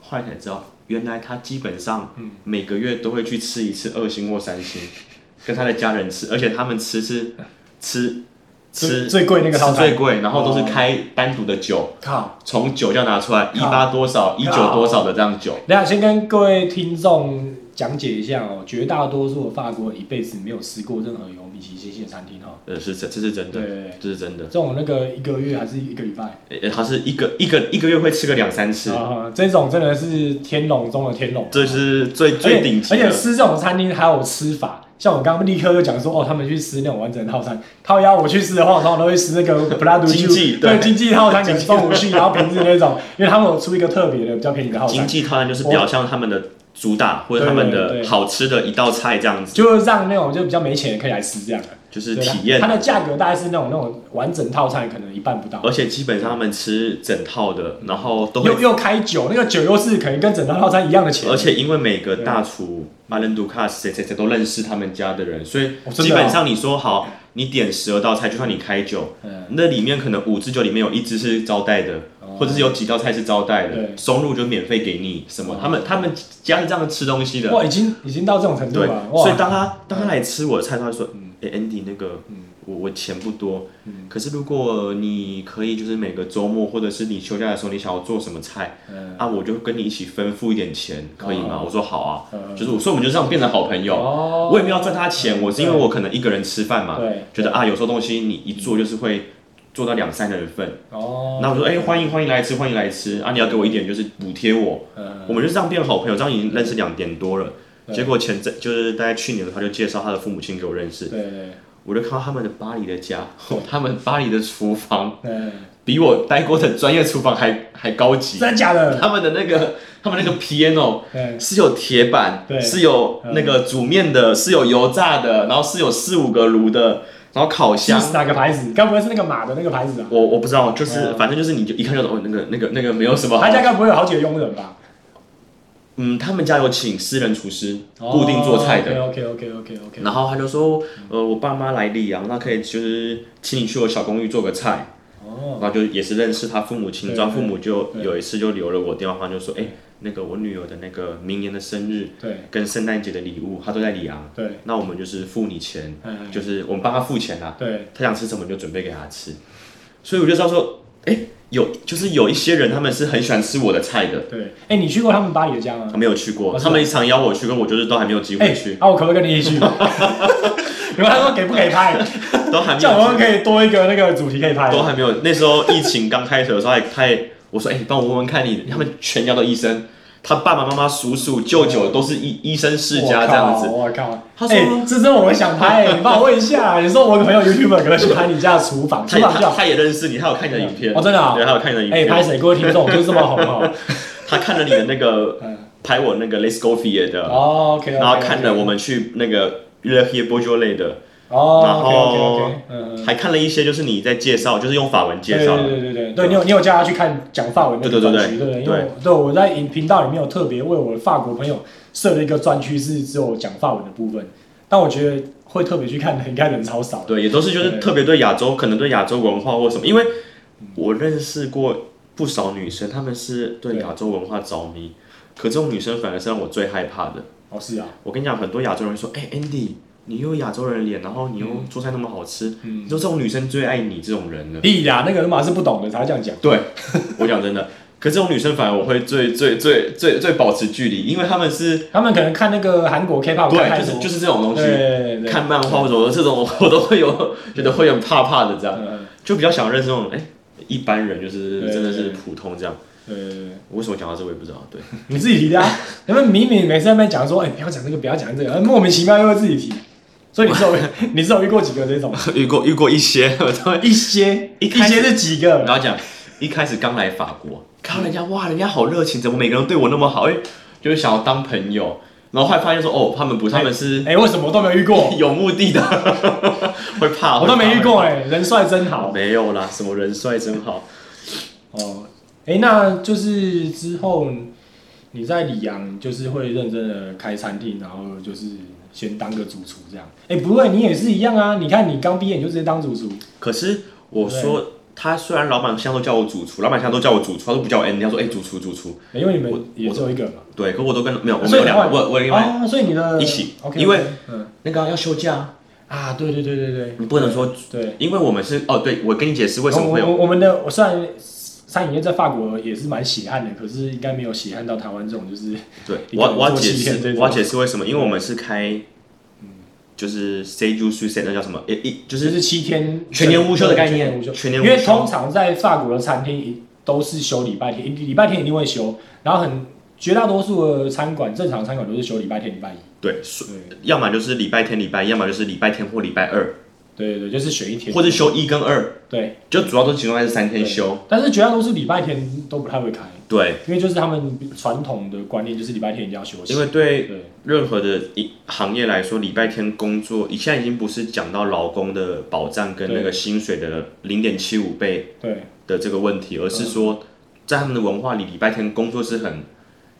B: 后来才知道，原来他基本上
A: 嗯
B: 每个月都会去吃一次二星或三星，跟他的家人吃，而且他们吃是吃
A: 最
B: 吃
A: 最贵那个套
B: 吃
A: 餐哦
B: 最贵，然后都是开单独的酒，
A: 靠。
B: 从酒窖拿出来，一
A: 靠
B: 八多少，一九
A: 靠
B: 多少的这样酒。
A: 等一下先跟各位听众讲解一下哦，绝大多数的法国人一辈子没有吃过任何有米其林的餐厅哦。
B: 呃，是这这是真
A: 对
B: 的，
A: 对对，
B: 这是真的。
A: 这种那个一个月还是一个礼拜，
B: 呃，他是一个一个一个月会吃个两三次，
A: 啊，这种真的是天龙中的天龙。
B: 这是最
A: 而且
B: 最顶级
A: 而且
B: 的。
A: 吃这种餐厅还有吃法，像我刚刚立刻就讲说，哦，他们去吃那种完整套餐。靠腰我去吃的话，我通常都会吃那个布拉杜
B: 经济
A: 对
B: 对
A: 经济套餐，可能中午去，然后平日那种，因为他们有出一个特别的比较便宜的套
B: 经
A: 餐，
B: 济套餐就是表象他们的主打或者他们
A: 对对
B: 的
A: 对
B: 好吃的一道菜这样子，
A: 就是让那种就比较没钱的可以来吃这样的，
B: 就是
A: 对它
B: 体验
A: 它的价格大概是那种那种完整套餐可能一半不到，
B: 而且基本上他们吃整套的，然后都会
A: 又，又开酒，那个酒又是可能跟整套套餐一样的钱
B: 而，且因为每个大厨马伦杜卡谁谁谁都认识他们家的人，所以
A: 哦真的啊
B: 基本上你说好，你点十二道菜，就算你开酒，
A: 嗯，
B: 那里面可能五支酒里面有一支是招待的，
A: 哦
B: 或者是有几道菜是招待
A: 对
B: 的，松露就免费给你什
A: 哦
B: 么，他们他们家是这样吃东西的，
A: 哇，已经已经到这种程度
B: 对
A: 了，，哇
B: 所以，当他当他来吃我的菜，他会说
A: 嗯：“
B: 哎、a n d y 那个
A: 嗯
B: 我我钱不多，
A: 嗯
B: 可是如果你可以就是每个周末或者是你休假的时候，你想要做什么菜
A: 嗯，
B: 啊，我就跟你一起分付一点钱，可以吗？”我说：“好啊。
A: 嗯
B: 就是我，所以我们就这样变成好朋友。
A: 哦
B: 我也没有赚他钱，我是因为我可能一个人吃饭嘛，
A: 对嗯
B: 觉得啊，有时候东西你一做就是会做到两三人份。
A: 哦，
B: 那我说：“哎、欢迎欢迎来吃，欢迎来吃啊！你要给我一点就是补贴我。”
A: 嗯
B: 我们就这样变好朋友，这样已经认识两年多了。
A: 对
B: 结果前阵就是大概去年，他就介绍他的父母亲给我认识。
A: 对对。
B: 我就看到他们的巴黎的家，哦他们巴黎的厨房
A: 嗯，
B: 比我待过的专业厨房还还高级。
A: 真的假的？
B: 他们的那个，他们那个 piano
A: 嗯，
B: 是有铁板，
A: 对嗯
B: 是有那个煮面的，是有油炸的，然后是有四五个炉的，然后烤
A: 是
B: 箱。
A: 哪个牌子？该不会是那个马的那个牌子啊？
B: 我我不知道，就是
A: 嗯
B: 反正就是你就一看就懂，哦，那个那个那个没有什么好
A: 他。家该不会有好几个佣人吧？
B: 嗯，他们家有请私人厨师
A: 哦
B: 固定做菜的。
A: OK OK OK OK
B: 然后他就说，呃，我爸妈来丽阳，那可以就是请你去我小公寓做个菜。
A: 哦，
B: 然后就也是认识他父母亲，
A: 对
B: 然后父母就
A: 对
B: 有一次就留了我电话，就说，哎
A: 对，
B: 那个我女儿的那个明年的生日
A: 对
B: 跟圣诞节的礼物，她都在里昂，
A: 对，
B: 那我们就是付你钱，
A: 嗯，
B: 就是我们帮她付钱啦，
A: 对
B: 她想吃什么就准备给她吃。所以我就知道说，哎，有就是有一些人他们是很喜欢吃我的菜的，
A: 对。哎，你去过他们巴黎的家吗
B: 他？没有去
A: 哦
B: 过，
A: 是
B: 他们常邀我去，跟我就是都还没有机
A: 哎
B: 会去，，
A: 啊，我可不可以跟你
B: [laughs]
A: 一起去？因为他说给不给拍，
B: 都还没
A: 这
B: 有
A: 样
B: 机
A: 我
B: 会
A: 们可以多一个那个主题可以拍。
B: 都还没有。那时候疫情刚开始的时候还，他也我说，哎、你帮我问问看你，他们全家都医生，他爸爸妈妈、叔叔、舅舅都是医医生世家这样子。
A: 我靠，我靠
B: 他说
A: 哎这真的我想拍，
B: [laughs]
A: 你帮我问一下。你说我有个朋友 YouTuber 可不可以去拍你家的厨房，厨
B: 他也
A: 房
B: 他
A: 叫
B: 他也认识你，他有看你的影片，
A: 哦，真的啊
B: 对，，他有看你的影
A: 哎，
B: 片，
A: 拍谁？各位听众就是这么红
B: [laughs]
A: 哦。
B: 他看了你的那个
A: 嗯，
B: 拍我那个 Let's Go f i e 的，
A: 哦，OK，
B: 然后看了我们去那个 Le h i b o j o l e 的，
A: 哦
B: 然后
A: ，OK，OK，OK，嗯，嗯
B: 还看了一些就是你在介绍，就是用法文介
A: 对
B: 绍
A: 对
B: 的，
A: 对对对，对你有你有叫他去看讲法文那个
B: 对对
A: 专
B: 对
A: 区，对不对？
B: 对
A: 因为我对我在影频道里面有特别为我的法国朋友设了一个专区，是只有讲法文的部分，但我觉得会特别去看的应该人超少。
B: 对，也都是就是
A: 对
B: 特别对亚洲，可能对亚洲文化或什么，因为我认识过不少女生，她们是对
A: 对
B: 亚洲文化着迷，可这种女生反而是让我最害怕的。
A: 哦，是啊，
B: 我跟你讲，很多亚洲人说，哎、a n d y 你又有亚洲人脸，然后你又做菜那么好吃，你
A: 嗯，
B: 说这种女生最爱你这种人了。
A: 屁啦，那个人嘛是不懂的才会这样讲。
B: 对， [laughs] 我讲真的，可这种女生反而我会最最最最最保持距离，因为她们是
A: 他们可能看那个韩国 K-pop 看
B: 对，
A: 太
B: 就是
A: 多，
B: 就是这种东
A: 对
B: 西。
A: 对对对，
B: 看漫画或者这种，我都会有觉得会很怕怕的这样。
A: 嗯，
B: 就比较想认识那种哎、一般人，就是
A: 对
B: 真的是普通这样。
A: 对对对，对
B: 我为什么讲到这我也不知道，对，
A: 你自己提的啊。你们明明每次在那边讲说，哎，不要讲这个，不要讲这个，莫名其妙又会自己提，所以你是有 [laughs] 你 [laughs] 是有遇过几个这种？
B: 遇过遇过
A: [laughs]
B: 一些， [laughs] 我都会
A: 一些
B: [laughs] 一
A: 一
B: 开始
A: 些是几个？
B: 然后讲一开始刚来法国，看到人家哇，人家好热情，怎么每个人对我那么好，哎、就是想要当朋友，然后后来发现说哦，他们不是，他们是？
A: 哎、为什么我都没遇过
B: 有目的 [laughs] 的，会怕，
A: 我都没遇过
B: 哎、
A: 哎、人帅真好。
B: 没有啦，什么人帅真好，
A: 哦，哎、那就是之后你在里昂就是会认真的开餐厅，然后就是先当个主厨这样。哎、不会，你也是一样啊。你看你刚毕业你就直接当主厨，
B: 可是我说。他虽然老板现在都叫我主厨，老板现在都叫我主厨，他都不叫我 N，他说哎、主厨主厨，
A: 欸因为你
B: 我
A: 们也只有一个嘛。
B: 对，可我都跟没有，我
A: 所以
B: 们有两
A: 老
B: 个，
A: 板
B: 我我有另外
A: 哦，所以你的
B: 一起
A: OK，
B: 因为
A: 嗯
B: 那个啊要休假啊，
A: 啊，对对对对对
B: 你不能说，
A: 对。
B: 因为我们是哦，对我跟你解嗯释为什么
A: 我
B: 会有
A: 我我们的我虽然餐饮业在法国也是蛮血汗的，可是应该没有血汗到台湾这种就是
B: 对，
A: 一
B: 我
A: 个
B: 要我要
A: 做
B: 解
A: 欺骗这
B: 释，
A: 种
B: 我要解释为什么，因为我们是开，
A: 嗯
B: 就是 say you s u i c i d e 那叫什么？也一
A: 就
B: 就
A: 是是七天
B: 全年无休的概
A: 全年
B: 念
A: 无休。
B: 全年无
A: 因
B: 休
A: 为通常在法国的餐厅都是休礼拜天，礼拜天一定会休，然后很绝大多数的餐馆，正常餐馆都是休礼拜天、礼拜一。
B: 对，所
A: 对
B: 要么就是礼拜天、礼拜一，要么就是礼拜天或礼拜二，
A: 对对，就是选一天，
B: 或者休一跟二，
A: 对，
B: 就主要都集中在这三天
A: 对
B: 休。
A: 但是绝大多数礼拜天都不太会开，
B: 对，
A: 因为就是他们传统的观念就是礼拜天一定要休息。
B: 因为对
A: 对
B: 任何的一行业来说，礼拜天工作，你现在已经不是讲到劳工的保障跟那个薪水的零点七五倍
A: 对
B: 的这个问题，而是说在他们的文化里，礼拜天工作是很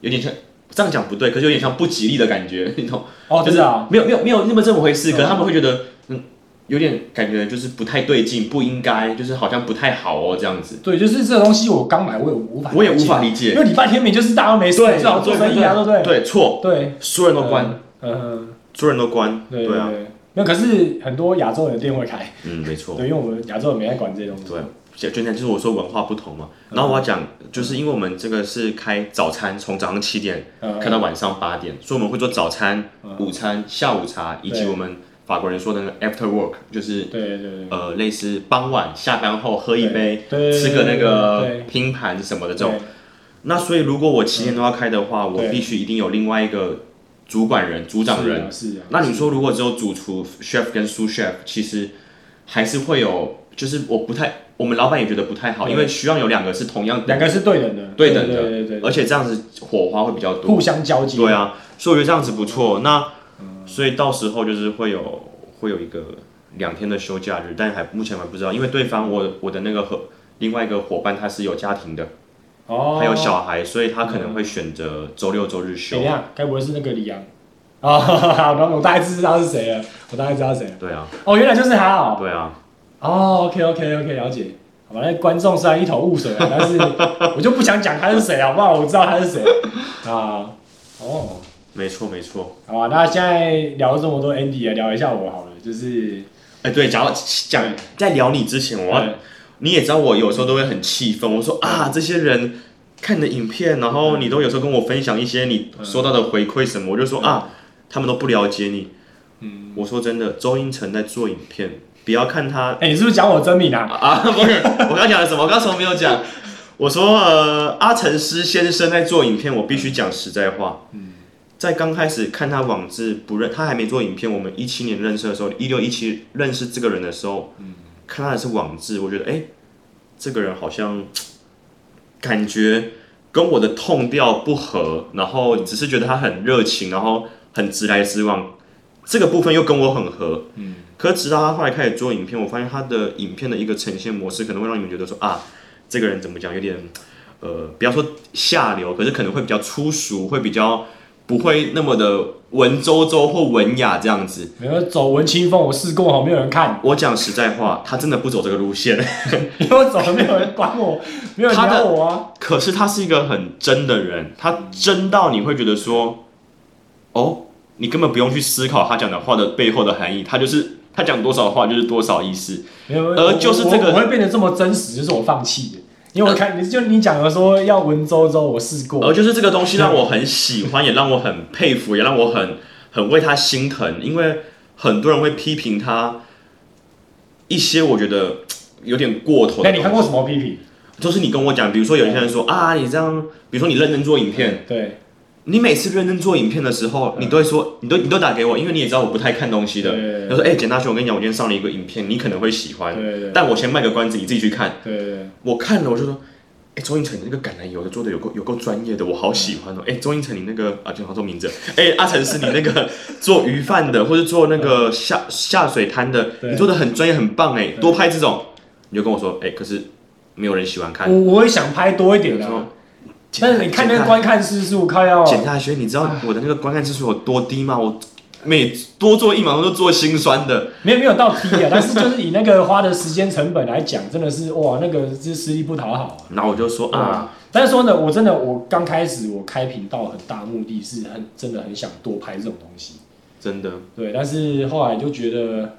B: 有点像这样讲不对，可是有点像不吉利的感觉， [laughs] 你懂？
A: 哦，
B: 就
A: 真
B: 是
A: 的啊，
B: 没有没有没有那么这么回事，
A: 嗯
B: 可是他们会觉得嗯，有点感觉就是不太对劲，不应该，就是好像不太好哦这样子，
A: 对，就是这个东西我刚买我也无法，
B: 我也无法，理解
A: 因。为礼拜天明就是大家都没事，
B: 对，
A: 最好做生意啊，对不对？
B: 对，错，
A: 对，
B: 所有人都关，
A: 嗯，
B: 所有人都关
A: 嗯，，对
B: 对啊，
A: 对，那可是很多亚洲人的店会开。
B: 嗯，没错。
A: 对，因为我们亚洲人没在管这些东西。
B: 对，啊就就那样就是我说文化不同嘛，
A: 嗯
B: 然后我要讲，就是因为我们这个是开早餐，从早上七点
A: 呃，
B: 看到晚上八点，所以我们会做早餐、
A: 嗯
B: 午餐、下午茶，以及
A: 对
B: 我们法国人说的那个 after work，就是
A: 对对对对，
B: 呃类似傍晚下班后喝一杯，
A: 对对
B: 吃个那
A: 对
B: 个拼盘什么的这种。那所以如果我七天都要开的话，我
A: 对
B: 必须一定有另外一个主管人、组长人。
A: 嗯是啊，是啊
B: 那你说，如果只有主厨 chef 跟 sous chef，其实还是会有，就是我不太，我们老板也觉得不太好，
A: 对
B: 因为需要有两个是同样
A: 啊两
B: 的，
A: 个是对等的，
B: 对等的
A: 对对对对，
B: 而且这样子火花会比较多
A: 互。相交接，
B: 对啊，所以我觉得这样子不错。那所以到时候就是会有会有一个两天的休假日，但还目前还不知道，因为对方我我的那个和另外一个伙伴他是有家庭的，
A: 哦，嗯
B: 还有小孩，所以他可能会选择周六周日休
A: 等一。下，该不会是那个李阳？ [laughs] 哦，好，那我大概知道是谁了，我大概知道谁了。
B: 对啊，
A: 哦，原来就是他哦。
B: 对啊，
A: 哦，OK OK OK，了解。好吧，那观众虽然一头雾水啊，但是我就不想讲他是谁，好不好？我知道他是谁啊。哦，
B: 没错没错。
A: 好吧，那现在聊了这么多，Andy 来聊一下我好了，就是呃
B: 哎、对，讲到讲在聊你之前，我要
A: 对
B: 你也知道，我有时候都会很气愤，我说啊，这些人看你的影片，然后你都有时候跟我分享一些你收到的回馈什么，我就说啊，他们都不了解你。嗯，我说真的，周英成在做影片，不要看他
A: 哎、你是不是讲我真名啊？
B: 啊，不是， [laughs] 我刚讲了什么？我刚什么没有讲？我说呃，阿成师先生在做影片，我必须讲实在话。嗯，在刚开始看他网志不认，他还没做影片，我们一七年认识的时候，一六一七认识这个人的时候，看他的是网志，我觉得哎、诶这个人好像感觉跟我的痛调不合，然后只是觉得他很热情，然后很直来直往，这个部分又跟我很合。可直到他后来开始做影片，我发现他的影片的一个呈现模式，可能会让你们觉得说啊，这个人怎么讲，有点呃，不要说下流，可是可能会比较粗俗，会比较不会那么的文绉绉或文雅这样子。
A: 没有走文青风，我试过，好没有人看， [laughs]
B: 我讲实在话，他真的不走这个路线， [laughs]
A: 因为我走了没有人管我，没有人
B: 他的
A: 鸟我啊。
B: 可是他是一个很真的人，他真到你会觉得说，哦，你根本不用去思考他讲的话的背后的含义，他就是他讲多少话就是多少意思。
A: 没有，
B: 呃
A: 我
B: 就是这个呃
A: 我我会变得这么真实，就是我放弃的，因为我看你就你讲的说要文绉绉，我试过，
B: 而就是这个东西让我很喜欢，也让我很佩服，也让我很很为他心疼，因为很多人会批评他一些我觉得有点过头
A: 那你
B: 的东西。
A: 看过什么批评？
B: 就是你跟我讲，比如说有些人说啊，你这样，比如说你认真做影片，
A: 对，
B: 你每次认真做影片的时候，你都会说，你都你都打给我，因为你也知道我不太看东西的
A: 对。
B: 他说，哎、简大兄，我跟你讲，我今天上了一个影片，你可能会喜欢，
A: 对对
B: 但我先卖个关子，你自己去看。
A: 对对对，
B: 我看了，我就说，哎、周星驰你那个橄榄油的做的有够有够专业的，我好喜欢哦。哎、周星驰你那个啊，就好做名字，哎、阿成是你那个 [laughs] 做鱼贩的，或者做那个下下水滩的，
A: 对
B: 你做的很专业，很棒哎，多拍这种。你就跟我说，哎、可是没有人喜欢看。
A: 我我也想拍多一点
B: 我
A: 的
B: 说，
A: 哦但是你看那个观看次数，靠哦要
B: 简大学，你知道我的那个观看指数有多低吗？我每多做一毛都做心酸的。
A: 没有没有到低啊，但是就是以那个花的时间成本来讲，真的是哇，那个是吃力不讨好啊。
B: 然后我就说啊，
A: 但是说呢，我真的我刚开始我开频道很大目的是很真的很想多拍这种东西，
B: 真的，
A: 对，但是后来就觉得，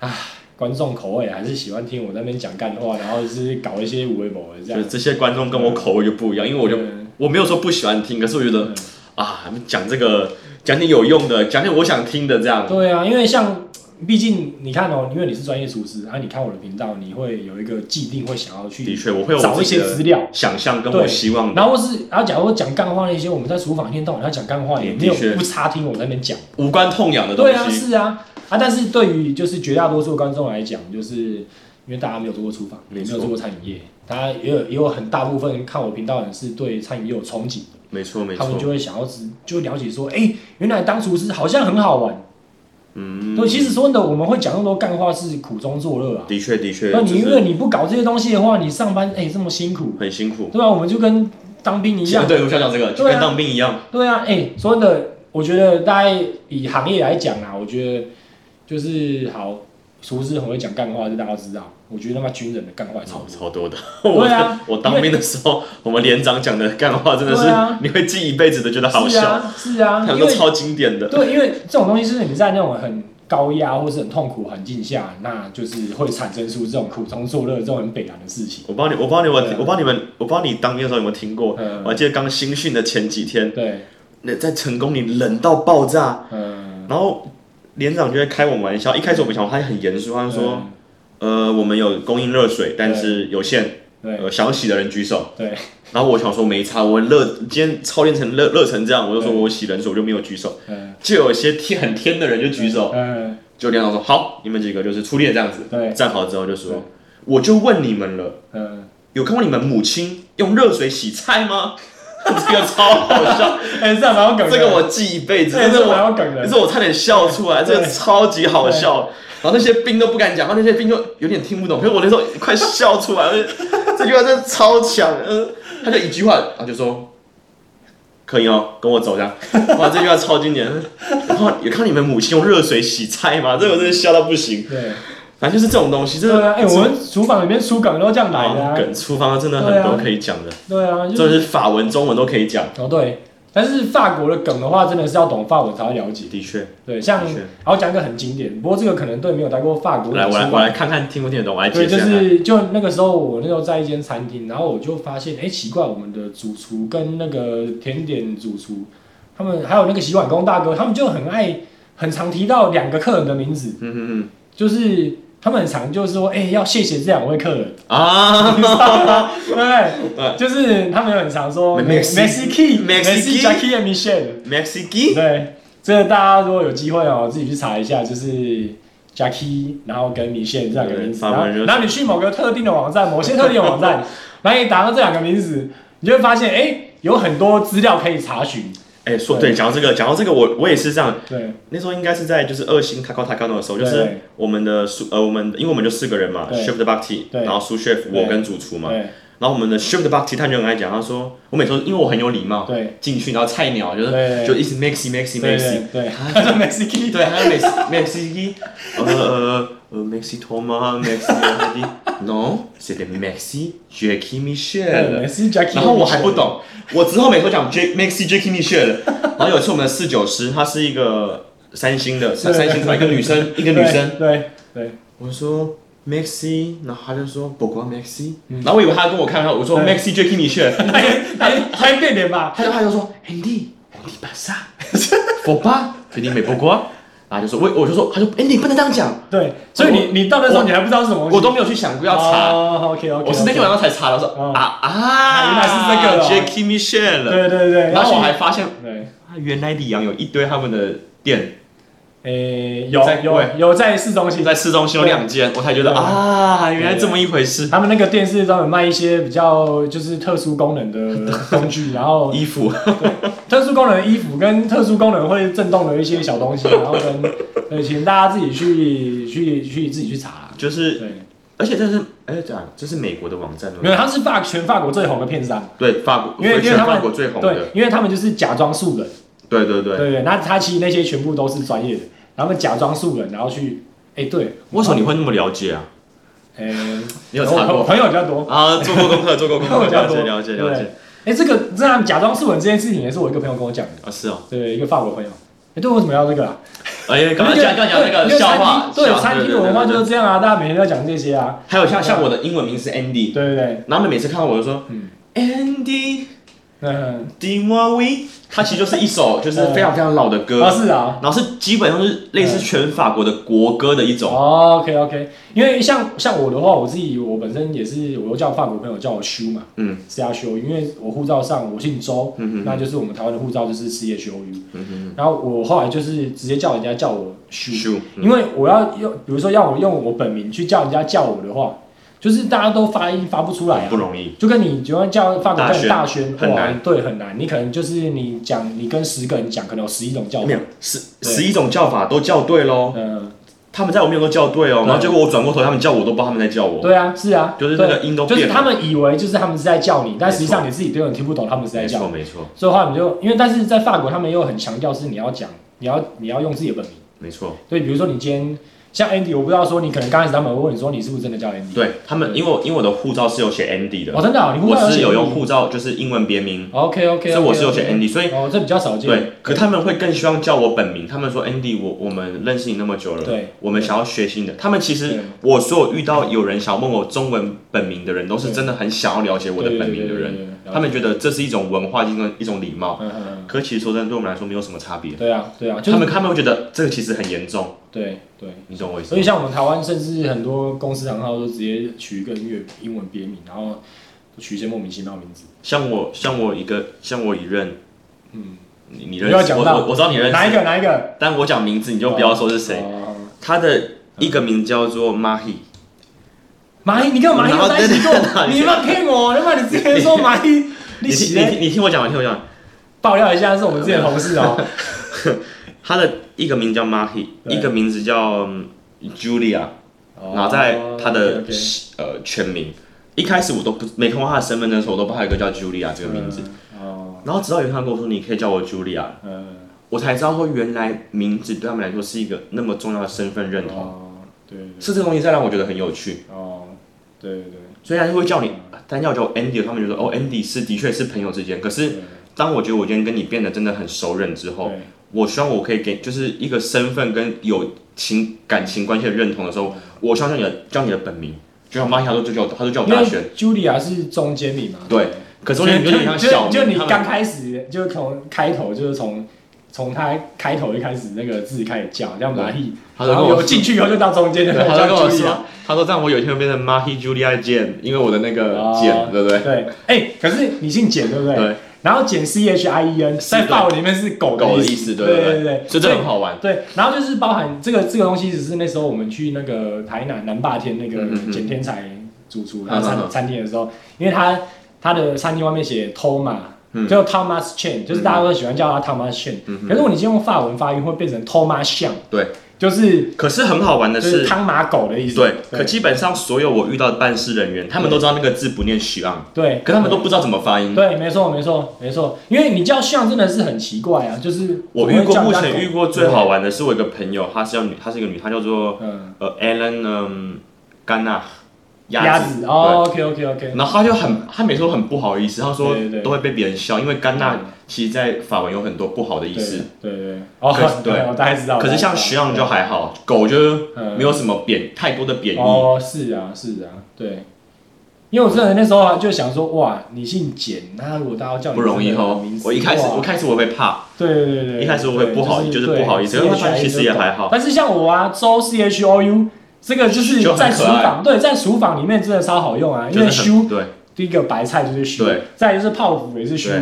A: 啊，观众口味还是喜欢听我在那边讲干话，然后就是搞一些无为某的这
B: 就
A: 样
B: 是。这些观众跟我口味就不一样，因为我就
A: 嗯
B: 我没有说不喜欢听，可是我觉得啊，讲这个讲点有用的，讲点我想听的这样。
A: 对啊，因为像毕竟你看哦、因为你是专业厨师，啊，你看我的频道，你会有一个既定会想要
B: 的
A: 去，
B: 确，我会有
A: 找
B: 我自己
A: 一些
B: 的
A: 资料
B: 想象跟我
A: 对
B: 希望的。
A: 然后是然后假如讲干话那些，我们在厨房一天到晚要讲干话，也
B: 的
A: 没有
B: 确
A: 不差听我在那边讲。
B: 无关痛痒的东
A: 对啊，
B: 西。
A: 是啊，啊，但是对于就是绝大多数观众来讲，就是因为大家没有做过厨房，也
B: 没
A: 没
B: 错
A: 有做过餐饮业，大家也有也有很大部分看我频道的人是对餐饮业有憧憬的。
B: 没错没
A: 他们就
B: 错，
A: 会想要知，就了解说，哎、原来当厨师好像很好玩。
B: 嗯，
A: 对，其实说呢，我们会讲那么多干话是苦中作乐啊。
B: 的确的确，
A: 那你因
B: 就
A: 为
B: 是
A: 你不搞这些东西的话，你上班哎、这么辛苦，
B: 很辛苦。
A: 对啊吧、我们就跟当兵一样。
B: 对，我想讲这个，就
A: 对啊
B: 跟当兵一样。
A: 对啊，哎、说真的，我觉得大概以行业来讲啊，我觉得就是好，厨师很会讲干话，这大家都知道。我觉得他妈军人的干话也超
B: 超
A: 多。
B: 超多的。 [laughs] 我
A: 对啊
B: 我当兵的时候，我们连长讲的干话真的是
A: 对啊，
B: 你会记一辈子的，觉得好
A: 是
B: 笑，
A: 啊，是啊，
B: 他们
A: 因
B: 都
A: 为
B: 超经典的。
A: 对，因为这种东西是你在那种很高压或是很痛苦环境下，那就是会产生出这种苦中作乐、这种很北然的事情。
B: 我不知道你，我不知道你有没有
A: 对啊
B: 听，我不知道你们，我不知道你当兵的时候有没有听过。
A: 嗯
B: 我还记得刚新训的前几天，
A: 对，
B: 那在成功里冷到爆炸，
A: 嗯，
B: 然后连长就会开我们玩笑。一开始我们想他很严肃，他就说：“呃，我们有供应热水，但是有限，
A: 嗯对
B: 呃，想洗的人举手。
A: 对，
B: 然后我想说没差，我热，今天操练成热热成这样，我就说我洗冷水，我就没有举手。
A: 嗯
B: 就有些天很天的人就举手，
A: 嗯，
B: 就连长说好，你们几个就是出列这样子，
A: 对
B: 站好之后就
A: 对
B: 说，我就问你们了，
A: 嗯，
B: 有看过你们母亲用热水洗菜吗？ [laughs] 这个超好笑，
A: [laughs] 哎，这还蛮有梗的，
B: 这个我记一辈子，
A: 这
B: 是
A: 个蛮
B: 我，
A: 有梗
B: 这
A: 的
B: 是，我差点笑出来，这个超级好笑。然后那些兵都不敢讲话，那些兵就有点听
A: [laughs]
B: 不懂，可是我那时候快笑出来，我就这句话真的超强。嗯，他就一句话，然后就说。可以哦，跟我走
A: [laughs]
B: 这样。哇，这句话超经典。然后有看你们母亲用热水洗菜吗？这个我真的笑到不行。
A: 对，
B: 反正就是这种东西，真
A: 对
B: 的。
A: 啊，哎，我们厨房里面出梗都这样来的
B: 啊
A: 啊，
B: 梗出方真的很多可以讲的，
A: 对啊，就
B: 真
A: 是
B: 的是法文、中文都可以讲。
A: 哦对，但是法国的梗的话，真的是要懂法文才会了解。
B: 的确，
A: 对，像
B: 的确
A: 然后讲一个很经典，不过这个可能对没有待过法国
B: 来
A: 的
B: 我来
A: 厨
B: 我
A: 房
B: 来看看听不听得懂，我来
A: 对，
B: 解释
A: 就
B: 一下。
A: 是就那个时候，我那时候在一间餐厅，然后我就发现，哎、奇怪，我们的主厨跟那个甜点主厨，他们还有那个洗碗工大哥，他们就很爱很常提到两个客人的名字，
B: 嗯嗯
A: 就是他们很常就是说，哎、要谢谢这两位客人，
B: 嗯啊
A: 你知道吗？对不
B: [laughs] 对
A: 对？就是他们很常说
B: Merci-
A: Key、
B: Merci-
A: Jackie and Michelle，
B: [laughs] ，Mexiki，
A: 对，这个大家如果有机会哦，自己去查一下，就是。Jackie，然后跟米线这两个名字，
B: 对
A: 然后
B: 法文就是
A: 然后你去某个特定的网站，某些特定的网站，然后你打到这两个名字，你就会发现，哎，有很多资料可以查询。
B: 哎，说对，讲到这个，讲到这个，我我也是这样。
A: 对，
B: 那时候应该是在就是二星 Taco Taco 的时候，就
A: 对
B: 是我们的苏呃我们因为我们就四个人嘛
A: 对
B: ，Chef 的 Bucky，
A: 对
B: 然后苏
A: 对
B: Chef 我跟主厨嘛，
A: 对，
B: 然后我们的 Chef 的 Bucky 他就很爱讲，他说我每次都因为我很有礼貌，
A: 对，
B: 进去然后菜鸟就
A: 对
B: 是就一直 Mexi Mexi
A: 对
B: Mexi，
A: 对对 [laughs]
B: [laughs]
A: ，Mexican，
B: 对，还有 Mex Mexi，呃呃呃 Mexi Toma Mexi No，是的 Mexi Jackie Michelle。
A: ，Mexican Jackie。
B: 然后我还不，懂，我之后每次都讲 J Mexi Jackie Michelle。然后有一次我们的四九师，她是一个三星的，三三星出来一个女生，一个女生，
A: 对对
B: 我说 Maxi，然后他就说不光 Maxi，然后我以为他跟我开玩笑，我说 Maxi Jackie Michelle，
A: 对，还还变脸吧？
B: 他就他就说 Andy，我迪巴萨，我爸肯定没不光，然后他就说我我就说他就 Andy 不能这样讲，
A: 对，所以你你到那时候你还不知道是什么东西，哦
B: 我都没有去想过要查，
A: OK OK，
B: 我是那天晚上才查的，我说
A: 哦
B: 啊啊，
A: 原来是这个哦
B: Jackie Michelle，
A: 对对对，
B: 然后我还发现
A: 对。
B: 啊原来里昂有一堆他们的店
A: 诶、有
B: 在贵
A: 有有在市中心，
B: 在市中心有两间，我才觉得
A: 对
B: 啊，原来这么一回事，
A: 他们那个店是专门卖一些比较就是特殊功能的
B: [laughs]
A: 工具，然后
B: 衣服
A: 特殊功能的衣服跟特殊功能会震动的一些小东西，然后跟呃，请大家自己去去去自己去查啦。
B: 就是，
A: 对，
B: 而且这是哎这样，这是美国的网站吗
A: 没有，他是法全法国最红的片商，
B: 对法国，
A: 因为因为
B: 哦全
A: 他们
B: 法国最红
A: 对
B: 的，，
A: 因为他们就是假装素人，
B: 对对
A: 对
B: 对。
A: 对对，那他其实那些全部都是专业的，然后他们假装素人，然后去，哎、对，
B: 为什么你会那么了解啊？
A: 哎、
B: 你有
A: 我
B: 查过
A: 朋友比较多，
B: 啊？做过功课， [laughs] 做过功
A: [laughs]
B: 课，
A: 比较
B: 了
A: 多
B: 解了解了
A: 对
B: 解。
A: 哎、这个这样假装素人这件事情也是我一个朋友跟我讲的。
B: 啊是哦，
A: 对，一个法国朋友。哎，对，为什么要这个啊？
B: 哎，刚刚讲刚刚讲那
A: 因
B: 个
A: 为
B: 笑话，
A: 对，
B: 笑
A: 餐厅的文化就是这样啊，大家每天都要讲这些啊。
B: 还有像像我的英文名是 Andy，
A: 对对对，
B: 然后他们每次看到我就说
A: 嗯
B: Andy
A: 嗯，
B: d i m a w i 它其实就是一首就是非常非常老的
A: 啊
B: 歌，
A: 嗯是啊。
B: 然后是基本上是类似全法国的国歌的一种。
A: 哦，OK OK，因为像像我的话，我自己我本身也是，我又叫法国朋友叫我修嘛，
B: 嗯，
A: 是要修，因为我护照上我姓周，
B: 嗯哼
A: 那就是我们台湾的护照就是失业修 U，
B: 嗯哼
A: 然后我后来就是直接叫人家叫我修，
B: ，Shoo，
A: 因为我要用，比如说要我用我本名去叫人家叫我的话，就是大家都发音发不出来啊
B: 不，容易。
A: 就跟你就算叫法国
B: 大
A: 叫
B: 轩
A: 大轩，
B: 很
A: 哇
B: 难，
A: 对，很难。你可能就是你讲，你跟十个人讲，可能有十一种叫法
B: 没。有十
A: 对
B: 十一种叫法都叫对喽，
A: 嗯、
B: 他们在我面前都叫对哦，
A: 对
B: 然后结果我转过头，他们叫我都不知道他们在叫我。
A: 对啊，是啊，
B: 就是
A: 对
B: 那个音都
A: 就
B: 变了
A: 是他们以为就是他们是在叫你，但
B: 没
A: 实际上你自己根本听不懂他们是在
B: 没
A: 叫
B: 错
A: 你。
B: 没错
A: 所以的话，你就因为但是在法国，他们又很强调是你要讲，你要你要用自己的本名。
B: 没错，
A: 对，比如说你今天像 Andy，我不知道说你可能刚开始他们会问你说你是不是真的叫 Andy？
B: 对他们，因为我因为我的护照是有写 Andy
A: 哦，
B: 的，
A: 真的、啊，你
B: 我是有用
A: 用
B: 护照就是英文别名，
A: OK OK，
B: 所以我是有写 Andy，所以
A: 哦，这比较少见。
B: 对，可他们会更希望叫我本名，他们说 Andy，我我们认识你那么久了，
A: 对，
B: 我们想要学新的。他们其
A: 对
B: 实我所有遇到有人想问我中文本名的人，都是真的很想要了解我的本名的
A: 对对对
B: 人，
A: 对对了解
B: 他们觉得这是一种文化，一种一种礼貌。
A: 嗯嗯嗯，
B: 可其实说真的，对我们来说没有什么差别。
A: 对啊对啊，就是
B: 他们他们会觉得这个其实很严重，
A: 对对，
B: 你懂我意思
A: 所以
B: 吗？
A: 像我们台湾，甚至很多公司行号都直接取一个英语英文别名，然后取一些莫名其妙的名字。
B: 像我像我一个像我一任，
A: 嗯，
B: 你你
A: 不要
B: 认识
A: 讲
B: 我
A: 到
B: 我我知道你认
A: 哪一
B: 识，
A: 个哪一个？
B: 但我讲名字你就不要说是谁。
A: 哦
B: 他的一个名叫做 Mahi，
A: 蚂蚁，你跟蚂蚁有在一起
B: 然后
A: 过？你他妈骗我！他妈你之前说蚂
B: [laughs]
A: 蚁，你
B: 你听
A: 起
B: 你
A: 来
B: 听你听我讲完，听我讲完。
A: 爆料一下，是我们之前的同事哦。
B: 他的一个名叫 Mahi，
A: 对
B: 一个名字叫嗯 Julia，然
A: 哦
B: 后在他的、
A: OK，OK
B: 呃全名。一开始我都不没看过他的身份证的时候，我都不知道有一个叫 Julia 这个名字。。
A: 嗯哦，
B: 然后直到有一天他跟我说：“你可以叫我 Julia。
A: 嗯，”
B: 我才知道说，原来名字对他们来说是一个那么重要的身份认同，
A: 哦，对对，
B: 是这个东西在让我觉得很有趣。
A: 哦，对对
B: 所以他就会叫你，但要叫我 Andy，他们觉得哦 Andy 是的确是朋友之间。可
A: 对，
B: 是当我觉得我今天跟你变得真的很熟人之后，
A: 对
B: 我希望我可以给，就是一个身份跟有情感情关系的认同的时候，我希望叫你的叫你的本名，就像马他都就叫我，他都叫我
A: 因
B: 大
A: 为
B: 轩，
A: Julia 是中间名嘛。
B: 对。可是我
A: 所
B: 有
A: 以嗯就
B: 点像小
A: 就
B: 名
A: 就你
B: 他们
A: 刚开始就从开头就是从从他开头就开始那个字开始叫叫蚂蚁，
B: 他就
A: 然
B: 跟我
A: 后有进去以后就到中间的
B: 对他
A: 叫
B: 就跟我
A: Julia
B: 说，他说这样我有一天会变成 Mahi Julia Jane，因为我的那个
A: 哦
B: Jane，对不对？
A: 对，哎，可是你姓简对不对？
B: 对。
A: 然后简 C H I E N 在法文里面是狗
B: 狗的
A: 意
B: 意思，
A: 对
B: 对
A: 对
B: 对，所
A: 所
B: 以这很好玩。
A: 对，然后就是包含这个这个东西，只是那时候我们去那个台南南霸天那
B: 嗯嗯
A: 个
B: 嗯
A: 简天才主厨
B: 嗯
A: 他餐
B: 嗯嗯
A: 餐厅的时候，因为他他的餐厅外面写 Toma，
B: 嗯
A: 叫 Thomas Chen，就是大家都喜欢叫他 Thomas Chen，可是如果你先用法文发音会变成 Thomas 像，
B: 对，
A: 就是
B: 可是很好玩的
A: 就是
B: 是，
A: 汤马狗的意思，
B: 对，可基本上所有我遇到的办事人员，他们都知道那个字不念 s h a n
A: 对，
B: 可他们都不知道怎么发音。
A: 对，没错没错没错，因为你叫像真的是很奇怪啊，就是
B: 我遇过，
A: 怎么
B: 目
A: 会叫人家
B: 前遇
A: 狗
B: 过最好玩的是我一个朋友，她是叫女，她是一个女，她叫做
A: 嗯
B: 呃 Alan 嗯甘娜
A: 鸭
B: 子
A: 子哦，OK OK OK，
B: 对然后她就很，她每次都很不好意思，她说
A: 对对对
B: 都会被别人笑，因为甘娜其实在法文有很多不好的意思。
A: 对对对，哦
B: 可是，对
A: [laughs] 我大概知道。
B: 可是像徐
A: 徐
B: 阳就还好，狗就没有什么贬太多的贬义，
A: 哦，是啊是啊，对，因为我真的那时候啊就想说，哇，你姓简，那如果大家叫你
B: 不容易
A: 这个
B: 哦
A: 名。字
B: 我一开始
A: 哇
B: 我开始我会怕，
A: 对对对对，
B: 一开始我会不好意就是
A: 对
B: 不好意思
A: 对
B: 因为他其实也还好
A: 但是像我啊，周 C H O U 这个就是
B: 就很
A: 在
B: 可
A: 厨
B: 爱
A: 房，对，在厨房里面真的超好用啊，因
B: 就
A: 为
B: 是
A: 修
B: 很对
A: 第一个白菜就是熏
B: 对，
A: 再来就是泡芙也是熏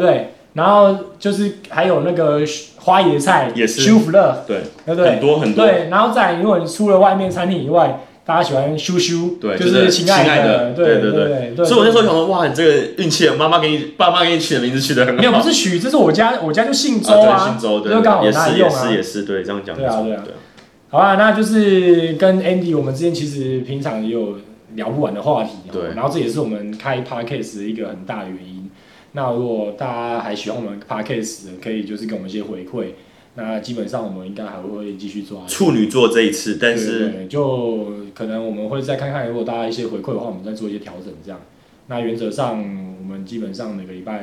A: 对不对？然后就是还有那个花椰菜
B: 也是
A: 修福乐，
B: 对
A: 对不对？
B: 很多很多
A: 对，然后再来如果你除了外面餐厅以外，大家喜欢修修，
B: 对，
A: 就
B: 就是
A: 亲爱
B: 的，
A: 对
B: 对
A: 对
B: 所以我那时候想说，哇，你这个运气，妈妈给你爸妈给你取的名字取得很好。
A: 没有不是许，这是我家我家就姓周
B: 对
A: 啊
B: 姓，周，对，
A: 就刚好
B: 也
A: 拿来
B: 是
A: 用
B: 也
A: 啊
B: 是。也是，对，这样讲
A: 对啊
B: 没
A: 对啊
B: 错对
A: 好吧，那就是跟 Andy，我们之间其实平常也有聊不完的话题、哦，
B: 对
A: 然后这也是我们开 podcast 的一个很大的原因。那如果大家还喜欢我们 podcast，的可以就是给我们一些回馈。那基本上我们应该还会继续做下去。
B: 处女座这一次，但
A: 对
B: 是
A: 对对就可能我们会再看看，如果大家一些回馈的话，我们再做一些调整这样。那原则上，我们基本上每个礼拜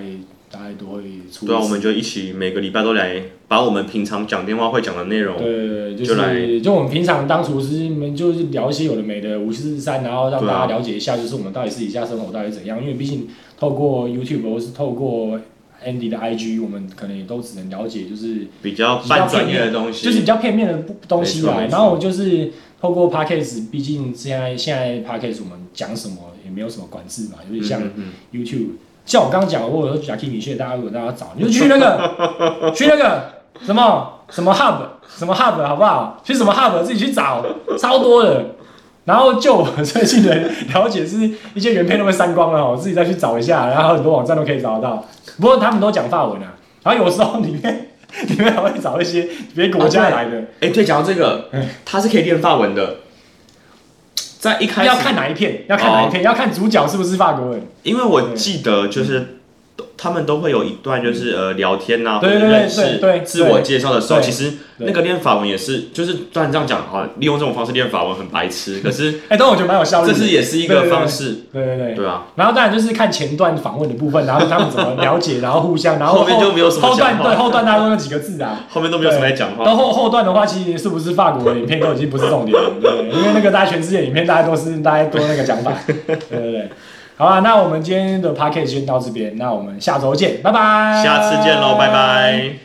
A: 大概都会出一次。
B: 对啊，我们就一起每个礼拜都来把我们平常讲电话会讲的内容，
A: 对，就
B: 就来
A: 是就我们平常当厨师，我们就是聊一些有的没的五四三，然后让
B: 对
A: 大
B: 啊
A: 家了解一下，就是我们到底私底下生活到底怎样。因为毕竟透过 YouTube 或是透过 Andy 的 IG，我们可能也都只能了解，就是
B: 比较半专业的东西，
A: 就是比较片面的不东西
B: 没错
A: 啦。
B: 没错
A: 然后我就是透过 Podcast，毕竟现在现在 Podcast 我们讲什么也没有什么管制嘛，有点像
B: 嗯嗯嗯
A: YouTube。像我刚刚讲，我有讲 Kimi 穴，大家如果大家找，你就去那个
B: [laughs]
A: 去那个什么什么 Hub 什么 Hub 好不好？去什么 Hub 自己去找，超多的。然后就我最近的了解，是一些原片都被删光了，我自己再去找一下，然后很多网站都可以找得到。不过他们都讲法文啊，然后有时候里面 [laughs] 里面还会找一些别国家来的，
B: 哎，对，讲到这个，它是可以练法文的，在一开始哦
A: 要看哪一片，要看哪一片，要看主角是不是法国人。
B: 因为我记得就是。都他们都会有一段，就是呃聊天呐、啊，
A: 嗯
B: 或者
A: 对对对对
B: 认
A: 对
B: 识、
A: 对
B: 自我介绍的时候，
A: 对
B: 其实那个练法文也是，就是虽然这样讲啊，利用这种方式练法文很白痴，可是
A: 哎，但我觉得蛮有效率
B: 这
A: 的。
B: 是也是一
A: 对
B: 个
A: 对对
B: 方式，
A: 对对对。
B: 对啊，
A: 然后当然就是看前段访问的部分，然后他们怎么了解，然后互相，然后
B: 后面就没有什么
A: 后段
B: 讲话
A: 对后段大家都那几个字啊。
B: 后面都没有什么在讲话。
A: 到后后段的话，其实是不是法国的影片都已经
B: [laughs]
A: 不是重点了，对，因为那个大家全世界影片大家都是大家都那个讲法，对对对。好啦，那我们今天的 p a c k a g e 先到这边，那我们下周见，拜拜，
B: 下次见喽，拜拜。